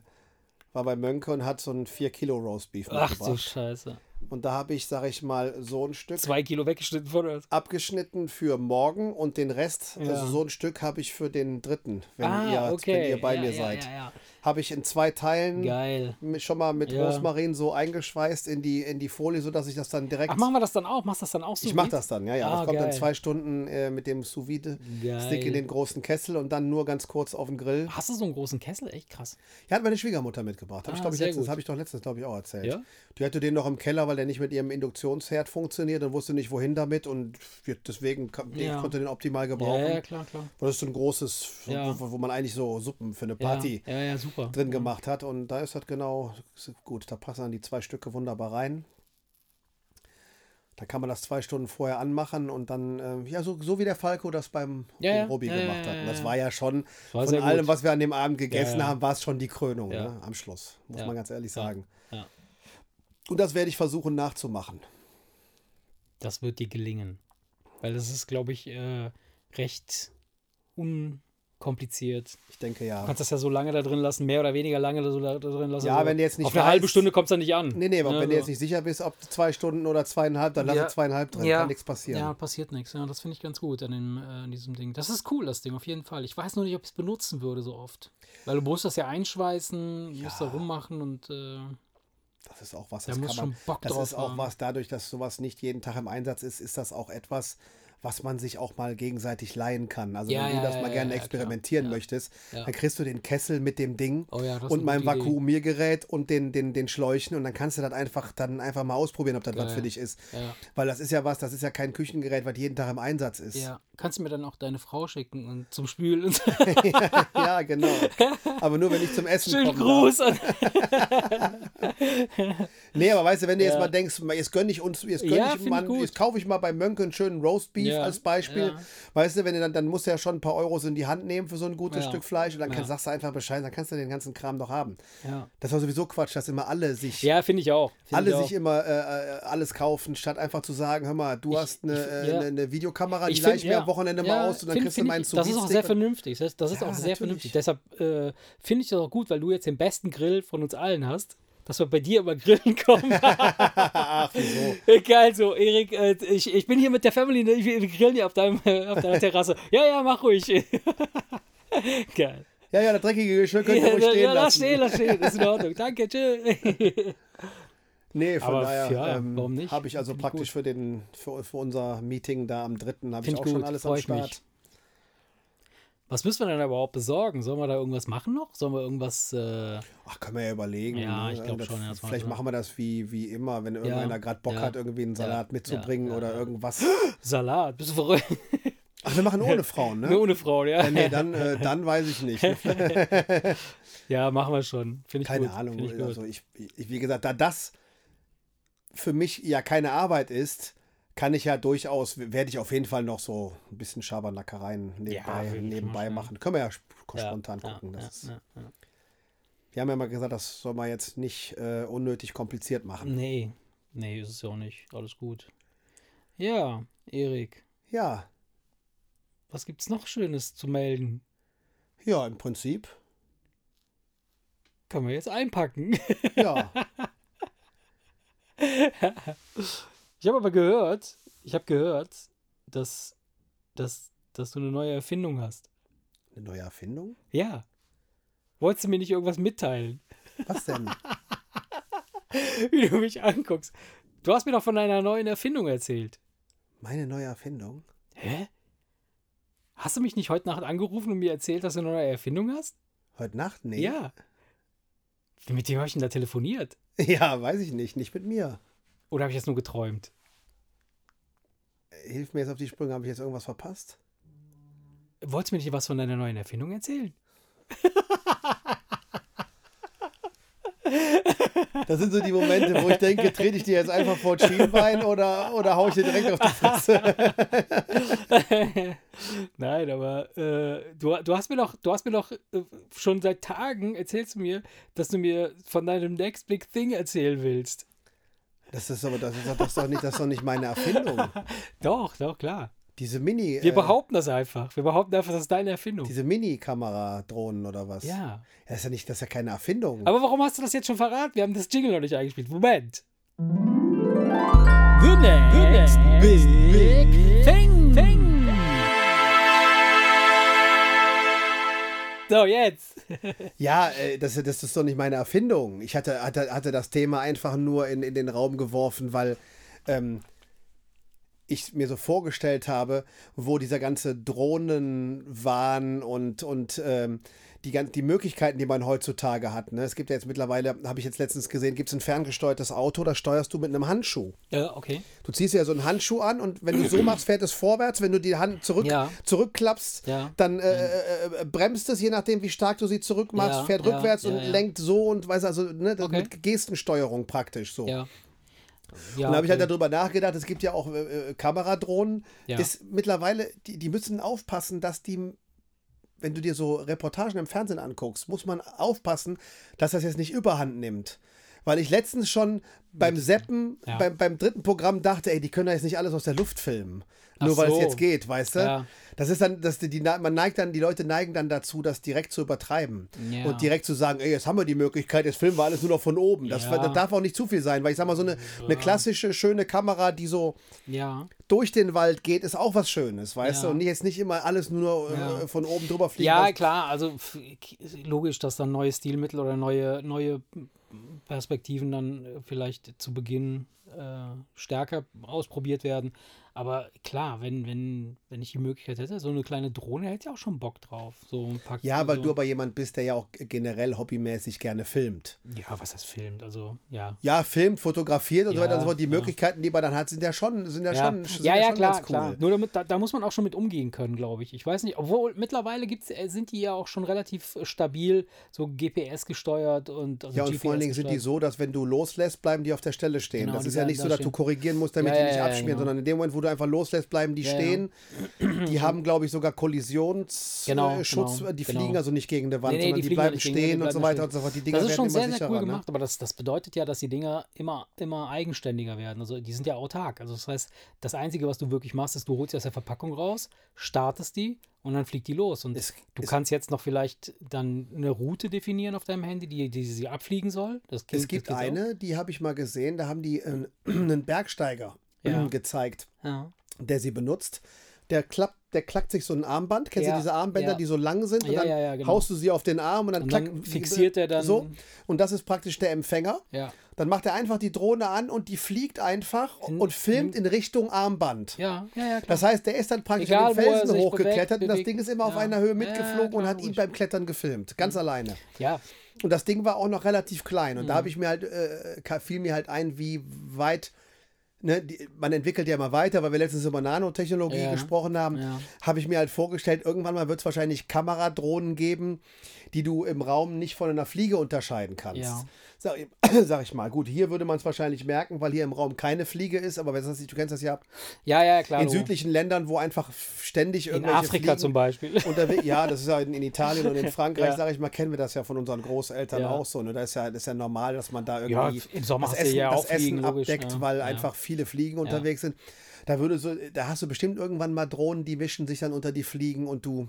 S1: war bei Mönke und hat so ein 4 Kilo Roastbeef
S2: Ach du
S1: mitgebracht.
S2: Scheiße.
S1: Und da habe ich, sage ich mal, so ein Stück
S2: Zwei Kilo weggeschnitten von uns.
S1: abgeschnitten für morgen und den Rest,
S2: Ja.
S1: also so ein Stück habe ich für den dritten, wenn,
S2: Ah,
S1: ihr,
S2: okay.
S1: wenn ihr bei
S2: Ja,
S1: mir
S2: ja,
S1: seid.
S2: ja, ja.
S1: Habe ich in zwei Teilen
S2: Geil.
S1: mi- schon mal mit
S2: Ja.
S1: Rosmarin so eingeschweißt in die, in die Folie, sodass ich das dann direkt.
S2: Ach, machen wir das dann auch? Machst du das dann auch so?
S1: ich mache das dann, ja, ja.
S2: Ah,
S1: das kommt dann
S2: geil.
S1: zwei Stunden äh, mit dem sous vide stick
S2: Geil. Ah.
S1: in den großen Kessel und dann nur ganz kurz auf den Grill.
S2: Hast du so einen großen Kessel? Echt krass.
S1: Ja, hat meine Schwiegermutter mitgebracht. Habe ich,
S2: Ah,
S1: glaube ich,
S2: sehr
S1: letztens,
S2: gut.
S1: habe ich doch letztens, glaube ich, auch erzählt.
S2: Ja?
S1: Die hatte den noch im Keller, weil der nicht mit ihrem Induktionsherd funktioniert und wusste nicht, wohin damit. Und wir- deswegen kam,
S2: Ja.
S1: ich konnte den optimal
S2: Ja,
S1: gebrauchen.
S2: ja, klar, klar.
S1: Weil das ist so ein großes,
S2: Ja.
S1: wo, wo man eigentlich so Suppen für eine
S2: Ja,
S1: Party
S2: Ja, ja, super.
S1: drin gemacht hat. Und da ist halt genau gut. Da passen dann die zwei Stücke wunderbar rein. Da kann man das zwei Stunden vorher anmachen und dann, äh, ja, so, so wie der Falco das beim
S2: Ja, ja.
S1: dem Robby
S2: Ja, ja,
S1: gemacht
S2: ja,
S1: hat. Und
S2: ja,
S1: das
S2: ja.
S1: war ja schon,
S2: War
S1: von
S2: sehr
S1: allem,
S2: gut.
S1: was wir an dem Abend gegessen
S2: Ja, ja.
S1: haben, war es schon die Krönung
S2: Ja.
S1: ne? am Schluss, muss
S2: Ja.
S1: man ganz ehrlich
S2: Ja.
S1: sagen.
S2: Ja.
S1: Und das werde ich versuchen nachzumachen.
S2: Das wird dir gelingen. Weil das ist, glaube ich, äh, recht unkompliziert.
S1: Ich denke
S2: Du
S1: ja.
S2: kannst das ja so lange da drin lassen, mehr oder weniger lange so da, da drin lassen.
S1: Ja,
S2: also
S1: wenn du jetzt nicht
S2: Auf eine
S1: weißt-
S2: halbe Stunde kommt es dann nicht an.
S1: Nee, nee, aber
S2: Ja,
S1: wenn
S2: so.
S1: du jetzt nicht sicher bist, ob zwei Stunden oder zweieinhalb, dann lass
S2: Ja.
S1: es zweieinhalb drin,
S2: Ja.
S1: kann nichts passieren.
S2: Ja, passiert nichts. Ja, das finde ich ganz gut an, dem, äh, an diesem Ding. Das ist cool, das Ding, auf jeden Fall. Ich weiß nur nicht, ob ich es benutzen würde so oft. Weil du musst das ja einschweißen, musst da rummachen und äh,
S1: Das ist auch was,
S2: Da
S1: das
S2: muss
S1: kann man.
S2: schon Bock
S1: das
S2: drauf
S1: ist auch
S2: haben.
S1: was, dadurch, dass sowas nicht jeden Tag im Einsatz ist, ist das auch etwas, was man sich auch mal gegenseitig leihen kann. Also
S2: Ja,
S1: wenn du
S2: ja,
S1: das
S2: ja,
S1: mal
S2: ja,
S1: gerne
S2: ja, klar.
S1: experimentieren
S2: Ja.
S1: möchtest,
S2: Ja.
S1: dann kriegst du den Kessel mit dem Ding
S2: Oh ja, das ist
S1: und
S2: eine
S1: meinem
S2: gute Idee.
S1: Vakuumiergerät und den, den, den Schläuchen und dann kannst du das einfach dann einfach mal ausprobieren, ob das was
S2: Geil.
S1: für dich ist.
S2: ja.
S1: Weil das ist ja was, das ist ja kein Küchengerät, was jeden Tag im Einsatz ist.
S2: ja. Kannst du mir dann auch deine Frau schicken und zum Spülen und
S1: Ja, genau. Aber nur wenn ich zum Essen
S2: schönen
S1: komme.
S2: Gruß. An
S1: Nee, aber weißt du, wenn du jetzt
S2: Ja.
S1: mal denkst, jetzt gönne ich uns, jetzt, gönn
S2: Ja,
S1: ich
S2: find ich
S1: mal,
S2: gut.
S1: jetzt kaufe ich mal bei Mönke einen schönen Roastbeef
S2: Ja,
S1: als Beispiel.
S2: ja.
S1: Weißt du, wenn du dann, dann musst du ja schon ein paar Euros in die Hand nehmen für so ein gutes
S2: Ja.
S1: Stück Fleisch und dann
S2: Ja.
S1: kannst, sagst du einfach Bescheid, dann kannst du den ganzen Kram doch haben.
S2: ja,
S1: Das war sowieso Quatsch, dass immer alle sich,
S2: ja finde ich auch. Find ich
S1: alle
S2: auch.
S1: sich immer äh, äh, alles kaufen, statt einfach zu sagen, hör mal, du hast eine,
S2: ich-
S1: äh,
S2: ja.
S1: eine, eine Videokamera, die
S2: Ich
S1: leih ich
S2: find-
S1: mir
S2: ja.
S1: am Wochenende
S2: Ja,
S1: mal aus und dann
S2: find-
S1: kriegst du
S2: find
S1: meinen
S2: ich- Das ist auch sehr
S1: Sous-Vide-Stick.
S2: vernünftig. Das, das ist
S1: Ja,
S2: auch sehr
S1: natürlich.
S2: vernünftig. Deshalb äh, finde ich das auch gut, weil du jetzt den besten Grill von uns allen hast, dass wir bei dir über Grillen kommen.
S1: Ach, wieso?
S2: Geil, so, Erik, äh, ich, ich bin hier mit der Family, ne? Ich- wir grillen hier auf, deinem, äh, auf deiner Terrasse. Ja, ja, mach ruhig. Geil.
S1: Ja, ja, das dreckige Geschirr könnt ihr ruhig
S2: ja,
S1: stehen
S2: ja, lass
S1: lassen.
S2: stehen, lass stehen. Ist in Ordnung. Danke, tschüss.
S1: Nee, von
S2: Aber
S1: daher
S2: ja,
S1: ähm,
S2: warum nicht?
S1: habe ich also
S2: Finde ich
S1: praktisch für, den, für, für unser Meeting da am 3. habe ich
S2: Finde
S1: auch
S2: ich
S1: schon
S2: gut,
S1: alles am
S2: freut
S1: Start.
S2: mich. Was müssen wir denn überhaupt besorgen? Sollen wir da irgendwas machen noch? Sollen wir irgendwas. Äh,
S1: Ach, können wir ja überlegen.
S2: Ja,
S1: ne?
S2: ich glaub
S1: Das-
S2: schon, ja, das
S1: Vielleicht
S2: machen wir.
S1: machen wir das wie, wie immer, wenn irgendeiner gerade Bock
S2: ja,
S1: hat, irgendwie einen
S2: ja,
S1: Salat
S2: ja,
S1: mitzubringen
S2: ja,
S1: oder
S2: ja.
S1: irgendwas.
S2: Salat? Bist du verrückt?
S1: Ach, wir machen ohne Frauen,
S2: Nur
S1: ne?
S2: ohne Frauen, ja.
S1: Nee, dann, äh, dann weiß ich nicht.
S2: Ja, machen wir schon. Finde ich
S1: Keine
S2: gut.
S1: Ahnung.
S2: Find ich gut.
S1: Also ich, ich, wie gesagt, da das für mich ja keine Arbeit ist, kann ich ja durchaus, werde ich auf jeden Fall noch so ein bisschen Schabernackereien nebenbei,
S2: würde ich mal
S1: nebenbei
S2: sagen.
S1: machen. Können wir ja sp-
S2: ja,
S1: spontan
S2: ja,
S1: gucken.
S2: Ja,
S1: Das ist,
S2: ja, ja.
S1: Wir haben ja mal gesagt, das soll man jetzt nicht äh, unnötig kompliziert machen.
S2: Nee, nee, ist es ja auch nicht. Alles gut. Ja, Erik,
S1: Ja,
S2: was gibt's noch Schönes zu melden?
S1: ja, im Prinzip.
S2: Können wir jetzt einpacken.
S1: Ja.
S2: Ich habe aber gehört, ich habe gehört, dass, dass, dass du eine neue Erfindung hast.
S1: Eine neue Erfindung?
S2: Ja. Wolltest du mir nicht irgendwas mitteilen,
S1: Was denn?
S2: wie du mich anguckst? Du hast mir doch von deiner neuen Erfindung erzählt.
S1: Meine neue Erfindung?
S2: Hä? Hast du mich nicht heute Nacht angerufen und mir erzählt, dass du eine neue Erfindung hast?
S1: Heute Nacht? Nee.
S2: Ja. Mit wem habe ich denn da telefoniert?
S1: Ja, weiß ich nicht. Nicht mit mir.
S2: Oder habe ich das nur geträumt?
S1: Hilf mir jetzt auf die Sprünge. Habe ich jetzt irgendwas verpasst?
S2: Wolltest du mir nicht was von deiner neuen Erfindung erzählen?
S1: Das sind so die Momente, wo ich denke, trete ich dir jetzt einfach vor das Schienbein oder, oder hau ich dir direkt auf die Fresse?
S2: Nein, aber äh, du, du hast mir doch, du hast mir doch äh, schon seit Tagen erzählst du mir, dass du mir von deinem Next Big Thing erzählen willst.
S1: Das ist aber das ist, doch- das ist doch nicht, das ist doch nicht meine Erfindung.
S2: Doch, doch, klar.
S1: Diese Mini.
S2: Wir
S1: äh,
S2: behaupten das einfach. Wir behaupten einfach, das ist deine Erfindung.
S1: Diese Mini-Kamera-Drohnen oder was?
S2: Ja.
S1: Das ist ja nicht, das ist ja keine Erfindung.
S2: Aber warum hast du das jetzt schon verraten? Wir haben das Jingle noch nicht eingespielt. Moment. The next, big, thing. So, jetzt.
S1: Ja, äh, das, das ist doch nicht meine Erfindung. Ich hatte, hatte, hatte das Thema einfach nur in, in den Raum geworfen, weil ähm, ich mir so vorgestellt habe, wo dieser ganze Drohnenwahn und, und ähm, die, gan- die Möglichkeiten, die man heutzutage hat. Ne? Es gibt ja jetzt mittlerweile, habe ich jetzt letztens gesehen, gibt es ein ferngesteuertes Auto, das steuerst du mit einem Handschuh.
S2: Ja, okay.
S1: Du ziehst ja so einen Handschuh an und wenn du so machst, fährt es vorwärts. Wenn du die Hand zurück,
S2: Ja.
S1: zurückklappst,
S2: Ja. Mhm.
S1: dann äh, äh, äh, bremst es, je nachdem, wie stark du sie zurückmachst,
S2: Ja,
S1: fährt
S2: ja,
S1: rückwärts
S2: ja,
S1: und
S2: ja.
S1: lenkt so und weiß also, ne, das
S2: Okay.
S1: mit Gestensteuerung praktisch so.
S2: Ja.
S1: Und
S2: ja
S1: da habe ich halt
S2: okay.
S1: darüber nachgedacht, es gibt ja auch äh, äh, Kameradrohnen.
S2: Ja.
S1: Das, mittlerweile, die, die müssen aufpassen, dass die, wenn du dir so Reportagen im Fernsehen anguckst, muss man aufpassen, dass das jetzt nicht überhand nimmt. Weil ich letztens schon beim Seppen,
S2: Ja.
S1: beim, beim dritten Programm dachte, ey, die können da jetzt nicht alles aus der Luft filmen.
S2: Ach
S1: Nur weil es
S2: so.
S1: jetzt geht, weißt du?
S2: Ja.
S1: Das ist dann, dass die, die, man neigt dann, die Leute neigen dann dazu, das direkt zu übertreiben.
S2: Ja.
S1: Und direkt zu sagen, ey, jetzt haben wir die Möglichkeit, jetzt filmen wir alles nur noch von oben. Das,
S2: Ja.
S1: das darf auch nicht zu viel sein, weil ich sag mal, so eine, eine klassische, schöne Kamera, die so
S2: Ja.
S1: durch den Wald geht, ist auch was Schönes, weißt
S2: Ja.
S1: du? Und jetzt nicht immer alles nur äh,
S2: Ja.
S1: von oben drüber fliegen.
S2: Ja,
S1: lässt.
S2: klar, also f- k- logisch, dass dann neue Stilmittel oder neue, neue Perspektiven dann äh, vielleicht zu Beginn äh, stärker ausprobiert werden. Aber klar, wenn, wenn, wenn ich die Möglichkeit hätte, so eine kleine Drohne hätte ich auch schon Bock drauf. So ein paar,
S1: ja, weil
S2: so,
S1: du aber jemand bist, der ja auch generell hobbymäßig gerne filmt.
S2: Ja, was das filmt, also ja.
S1: Ja, filmt, fotografiert und so
S2: Ja,
S1: weiter und so fort. Die
S2: ja.
S1: Möglichkeiten, die man dann hat, sind ja schon, sind ja,
S2: Ja,
S1: schon, sind
S2: ja, ja,
S1: schon
S2: klar,
S1: ganz cool.
S2: klar. Nur damit, da, da muss man auch schon mit umgehen können, glaube ich. Ich weiß nicht, obwohl mittlerweile gibt's, äh, sind die ja auch schon relativ äh, stabil, so GPS gesteuert und also
S1: Ja, und vor allen Dingen sind die
S2: GPS gesteuert.
S1: so, dass wenn du loslässt, bleiben die auf der Stelle stehen.
S2: Genau,
S1: das
S2: die
S1: ist ja
S2: bleiben
S1: nicht
S2: da
S1: so, dass du
S2: stehen.
S1: korrigieren musst, damit
S2: Ja,
S1: die
S2: ja,
S1: nicht
S2: ja,
S1: abschmieren,
S2: genau.
S1: sondern in dem Moment, wo du einfach loslässt, bleiben die
S2: Ja, ja.
S1: stehen. Die haben, glaube ich, sogar Kollisionsschutz.
S2: Genau,
S1: äh, Schutz.
S2: genau,
S1: die
S2: genau.
S1: fliegen also nicht gegen eine Wand,
S2: Nee, nee,
S1: sondern die,
S2: fliegen
S1: bleiben
S2: nicht
S1: stehen
S2: gegen- die
S1: und so
S2: bleiben
S1: weiter
S2: stehen.
S1: und so fort. Die Dinger
S2: Das ist schon
S1: werden immer
S2: sehr, sehr
S1: sicherer.
S2: cool
S1: ne?
S2: gemacht, aber das, das bedeutet ja, dass die Dinger immer, immer eigenständiger werden. Also die sind ja autark. Also das heißt, das Einzige, was du wirklich machst, ist, du holst sie aus der Verpackung raus, startest die und dann fliegt die los. Und
S1: Es-
S2: du
S1: es-
S2: kannst jetzt noch vielleicht dann eine Route definieren auf deinem Handy, die, die sie abfliegen soll. Das geht-
S1: Es gibt
S2: das geht auch.
S1: eine, die habe ich mal gesehen, da haben die äh, einen Bergsteiger äh,
S2: Ja.
S1: gezeigt,
S2: Ja.
S1: der sie benutzt. Der klappt, der klackt sich so ein Armband. Kennst
S2: Ja,
S1: du diese Armbänder,
S2: ja.
S1: die so lang sind? Und
S2: Ja,
S1: dann
S2: ja, ja, genau.
S1: haust du sie auf den Arm und dann,
S2: Und dann
S1: klack-
S2: fixiert er dann-
S1: So, und das ist praktisch der Empfänger.
S2: Ja.
S1: Dann macht er einfach die Drohne an und die fliegt einfach und filmt in Richtung Armband.
S2: Ja, ja, ja, klar.
S1: Das heißt, der ist dann praktisch
S2: Egal,
S1: in
S2: wo
S1: den
S2: er
S1: Felsen
S2: sich
S1: hochgeklettert
S2: bewegt,
S1: und das
S2: bewegt.
S1: Ding ist immer auf
S2: Ja.
S1: einer Höhe
S2: Ja,
S1: mitgeflogen und
S2: klar,
S1: hat ihn
S2: logisch. Mhm.
S1: beim Klettern gefilmt, ganz alleine.
S2: ja.
S1: Und das Ding war auch noch relativ klein. Und da
S2: Mhm.
S1: habe ich mir halt, äh, ka- fiel mir halt ein, wie weit, ne, die, man entwickelt ja immer weiter, weil wir letztens über Nanotechnologie
S2: Ja.
S1: gesprochen haben,
S2: Ja.
S1: habe ich mir halt vorgestellt, irgendwann mal wird es wahrscheinlich Kameradrohnen geben, die du im Raum nicht von einer Fliege unterscheiden kannst.
S2: Ja.
S1: Sag, ich- sag ich mal. Gut, hier würde man es wahrscheinlich merken, weil hier im Raum keine Fliege ist, aber wenn das nicht, du kennst das ja
S2: ja, ja, klar.
S1: in
S2: du.
S1: südlichen Ländern, wo einfach ständig
S2: in
S1: irgendwelche
S2: Afrika
S1: Fliegen
S2: zum Beispiel.
S1: unterwegs. Ja, das ist ja in, in Italien und in Frankreich,
S2: Ja.
S1: sage ich mal, kennen wir das ja von unseren Großeltern
S2: Ja.
S1: auch so. Ne? Da ist ja, das ist ja normal, dass man da
S2: Ja,
S1: irgendwie
S2: im Sommer
S1: das
S2: hast du
S1: Essen,
S2: ja
S1: das
S2: auch Fliegen,
S1: Essen
S2: logisch,
S1: abdeckt,
S2: ja.
S1: weil
S2: Ja.
S1: einfach viele Fliegen unterwegs sind. Da würde so, da hast du bestimmt irgendwann mal Drohnen, die wischen sich dann unter die Fliegen und du,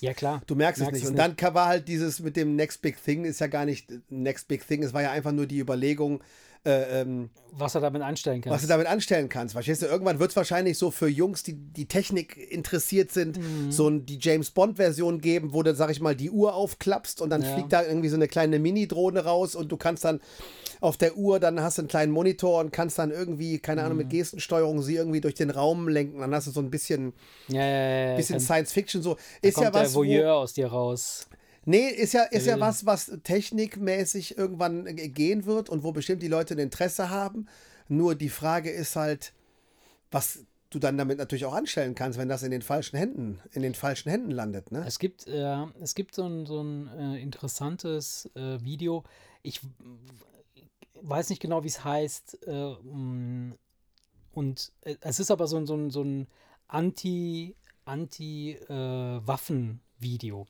S2: Ja, klar.
S1: du merkst, es nicht. und dann ka- war halt dieses mit dem Next Big Thing, ist ja gar nicht äh, Next Big Thing, es war ja einfach nur die Überlegung, äh, ähm,
S2: was er damit anstellen kann.
S1: was du damit anstellen kannst. Verstehst du, irgendwann wird es wahrscheinlich so für Jungs, die die Technik interessiert sind,
S2: Mhm.
S1: so ein, die James Bond-Version geben, wo du, sag ich mal, die Uhr aufklappst und dann
S2: Ja.
S1: fliegt da irgendwie so eine kleine Mini-Drohne raus und du kannst dann auf der Uhr, dann hast du einen kleinen Monitor und kannst dann irgendwie, keine Ahnung,
S2: Mhm.
S1: mit Gestensteuerung sie irgendwie durch den Raum lenken. Dann hast du so ein bisschen,
S2: ja, ja, ja, ja.
S1: bisschen
S2: dann
S1: Science Fiction so. Ist
S2: kommt
S1: ja was,
S2: der
S1: wo,
S2: Voyeur aus dir raus.
S1: Nee, ist ja, ist ja
S2: Äh.
S1: was, was technikmäßig irgendwann äh, gehen wird und wo bestimmt die Leute ein Interesse haben. Nur die Frage ist halt, was du dann damit natürlich auch anstellen kannst, wenn das in den falschen Händen, in den falschen Händen landet, ne?
S2: Es gibt, äh, es gibt so ein, so ein äh, interessantes äh, Video. Ich w- weiß nicht genau, wie es heißt. Äh, mm, und äh, es ist aber so ein, so ein, so ein Anti, Anti-Waffen-Video.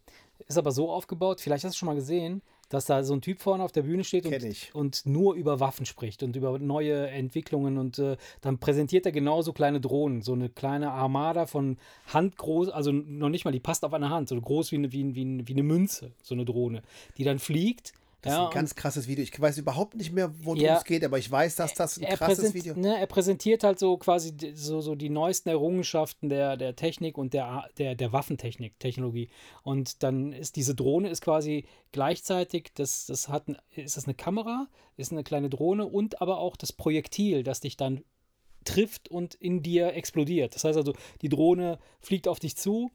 S2: ist aber so aufgebaut, vielleicht hast du es schon mal gesehen, dass da so ein Typ vorne auf der Bühne steht und,
S1: Kenn ich.
S2: und nur über Waffen spricht und über neue Entwicklungen und äh, dann präsentiert er genauso kleine Drohnen, so eine kleine Armada von handgroß, also ne, noch nicht mal, die passt auf eine Hand, so groß wie eine, wie, ein- wie, ein- wie eine Münze, so eine Drohne, die dann fliegt
S1: Das
S2: Ja,
S1: ist ein ganz krasses Video. Ich weiß überhaupt nicht mehr, worum
S2: Ja.
S1: es geht, aber ich weiß, dass das ein
S2: er,
S1: krasses
S2: präsent,
S1: Video ist.
S2: Ne, er präsentiert halt so quasi d- so, so die neuesten Errungenschaften der, der Technik und der, A- der, der Waffentechnik, Technologie. Und dann ist diese Drohne ist quasi gleichzeitig, das, das hat, ein- ist das eine Kamera, ist eine kleine Drohne und aber auch das Projektil, das dich dann trifft und in dir explodiert. Das heißt also, die Drohne fliegt auf dich zu,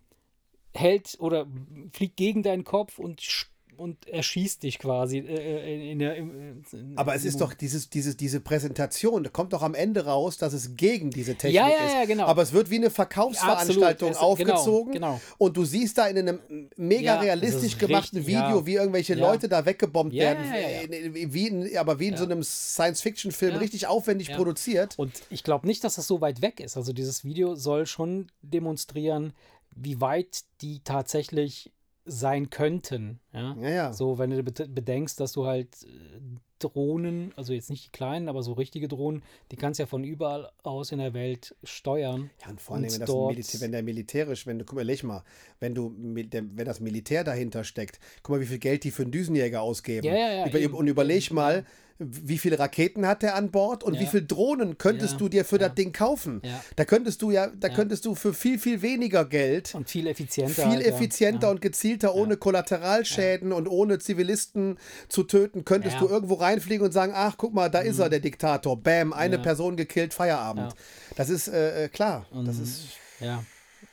S2: hält oder fliegt gegen deinen Kopf und sch- und erschießt dich quasi äh, äh, in der. im- in-
S1: Aber es
S2: im
S1: ist doch dieses, dieses, diese Präsentation, da kommt doch am Ende raus, dass es gegen diese Technik
S2: Ja, ja, ja,
S1: ist.
S2: genau.
S1: Aber es wird wie eine Verkaufsveranstaltung
S2: Absolut. Es- genau,
S1: aufgezogen
S2: genau.
S1: und du siehst da in einem mega
S2: Ja, das
S1: realistisch
S2: ist
S1: gemachten
S2: richtig,
S1: Video,
S2: ja.
S1: wie irgendwelche
S2: Ja.
S1: Leute da weggebombt
S2: Ja,
S1: werden,
S2: ja, ja, ja.
S1: In, wie in, aber wie in so einem Science-Fiction-Film,
S2: Ja.
S1: richtig aufwendig
S2: Ja.
S1: produziert.
S2: Und ich glaube nicht, dass das so weit weg ist. Also dieses Video soll schon demonstrieren, wie weit die tatsächlich sein könnten. Ja?
S1: Ja, ja.
S2: So, wenn du bet- bedenkst, dass du halt äh, Drohnen, also jetzt nicht die kleinen, aber so richtige Drohnen, die kannst du ja von überall aus in der Welt steuern.
S1: Ja, und vor allem,
S2: Und
S1: wenn das,
S2: dort-
S1: Militär, wenn der militärisch, wenn du, guck mal, leg mal, wenn du, mil- der- wenn das Militär dahinter steckt, guck mal, wie viel Geld die für einen Düsenjäger ausgeben.
S2: Ja, ja, ja,
S1: Über,
S2: eben.
S1: und überleg mal, wie viele Raketen hat er an Bord und wie
S2: Ja.
S1: viele Drohnen könntest
S2: Ja,
S1: du dir für
S2: ja.
S1: das Ding kaufen?
S2: Ja.
S1: Da könntest du ja, da könntest du für viel, viel weniger Geld
S2: Und viel effizienter.
S1: viel
S2: halt, ja.
S1: effizienter
S2: Ja.
S1: und gezielter, ohne Kollateralschäden und ohne Zivilisten zu töten, könntest
S2: Ja. Mhm.
S1: du irgendwo reinfliegen und sagen, ach, guck mal, da ist er, der Diktator. Bam, eine Person gekillt, Feierabend.
S2: Ja.
S1: Das ist äh, äh, klar. das
S2: Mhm.
S1: ist
S2: Ja,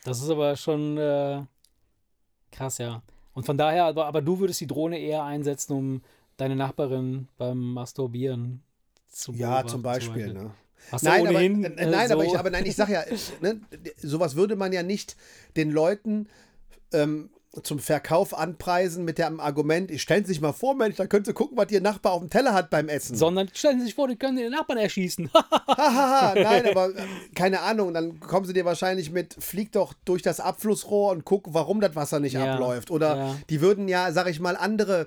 S2: das ist aber schon äh, krass, ja. Und von daher, aber, aber du würdest die Drohne eher einsetzen, um deine Nachbarin beim Masturbieren zu
S1: ja zum
S2: beobachten,
S1: Beispiel. Ne?
S2: Hast du
S1: Nein, aber,
S2: ohnehin,
S1: äh,
S2: äh,
S1: nein,
S2: so,
S1: aber ich, aber nein, ich sage ja, ne, sowas würde man ja nicht den Leuten ähm, zum Verkauf anpreisen mit dem Argument, ich stellen Sie sich mal vor, Mensch, da könnt ihr gucken, was Ihr Nachbar auf dem Teller hat beim Essen.
S2: Sondern stellen Sie sich vor, die können den Nachbarn erschießen.
S1: Also Hahaha, nein, aber äh, keine Ahnung. Dann kommen sie dir wahrscheinlich mit, flieg doch durch das Abflussrohr und guck, warum das Wasser nicht
S2: Ja,
S1: abläuft. Oder
S2: ja.
S1: die würden ja, sag ich mal, andere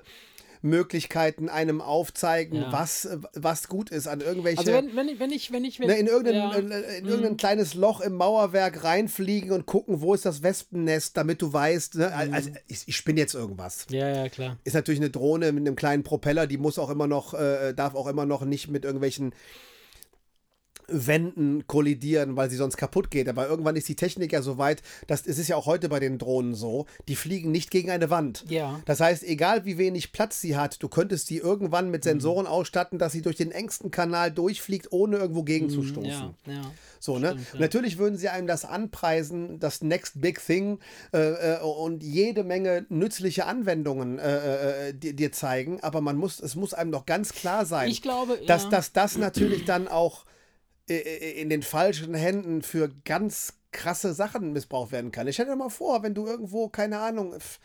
S1: Möglichkeiten einem aufzeigen,
S2: Ja.
S1: was, äh, was gut ist an irgendwelche.
S2: also wenn, wenn ich, wenn ich, wenn ich, wenn
S1: ne, in irgendein,
S2: ja, Mhm.
S1: äh, in irgendein kleines Loch im Mauerwerk reinfliegen und gucken, wo ist das Wespennest, damit du weißt, ne,
S2: Mhm.
S1: also, ich, ich spinne jetzt irgendwas.
S2: ja, ja, klar.
S1: Ist natürlich eine Drohne mit einem kleinen Propeller, die muss auch immer noch, äh, darf auch immer noch nicht mit irgendwelchen Wänden kollidieren, weil sie sonst kaputt geht. Aber irgendwann ist die Technik ja so weit, dass es ist ja auch heute bei den Drohnen so, die fliegen nicht gegen eine Wand.
S2: Ja.
S1: Das heißt, egal wie wenig Platz sie hat, du könntest die irgendwann
S2: Mhm.
S1: mit Sensoren ausstatten, dass sie durch den engsten Kanal durchfliegt, ohne irgendwo gegenzustoßen.
S2: Ja, ja.
S1: So, ne?
S2: Stimmt, ja.
S1: Natürlich würden sie einem das anpreisen, das Next Big Thing äh, äh, und jede Menge nützliche Anwendungen äh, äh, dir, dir zeigen, aber man muss, es muss einem doch ganz klar sein,
S2: Ich glaube,
S1: dass,
S2: ja.
S1: dass das natürlich dann auch äh, äh, in den falschen Händen für ganz krasse Sachen missbraucht werden kann. Ich stell dir mal vor, wenn du irgendwo, keine Ahnung, f-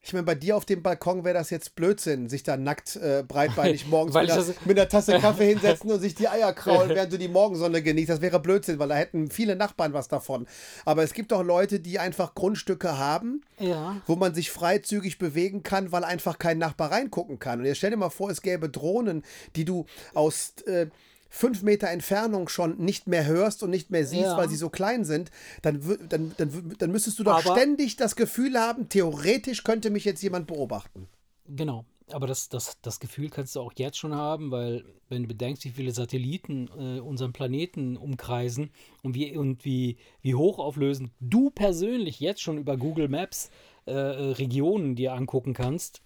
S1: ich meine, bei dir auf dem Balkon wäre das jetzt Blödsinn, sich da nackt äh, breitbeinig morgens
S2: Weil
S1: mit,
S2: ich
S1: einer,
S2: das-
S1: mit einer Tasse Kaffee hinsetzen und sich die Eier kraulen, während du die Morgensonne genießt. Das wäre Blödsinn, weil da hätten viele Nachbarn was davon. Aber es gibt doch Leute, die einfach Grundstücke haben,
S2: Ja.
S1: wo man sich freizügig bewegen kann, weil einfach kein Nachbar reingucken kann. Und jetzt stell dir mal vor, es gäbe Drohnen, die du aus äh, fünf Meter Entfernung schon nicht mehr hörst und nicht mehr siehst,
S2: Ja.
S1: weil sie so klein sind. Dann, wü- dann, dann, wü- dann müsstest du doch
S2: Aber-
S1: ständig das Gefühl haben, theoretisch könnte mich jetzt jemand beobachten.
S2: Genau, aber das, das, das Gefühl kannst du auch jetzt schon haben, weil wenn du bedenkst, wie viele Satelliten äh, unseren Planeten umkreisen und wie, und wie, wie hochauflösend du persönlich jetzt schon über Google Maps äh, äh, Regionen dir angucken kannst,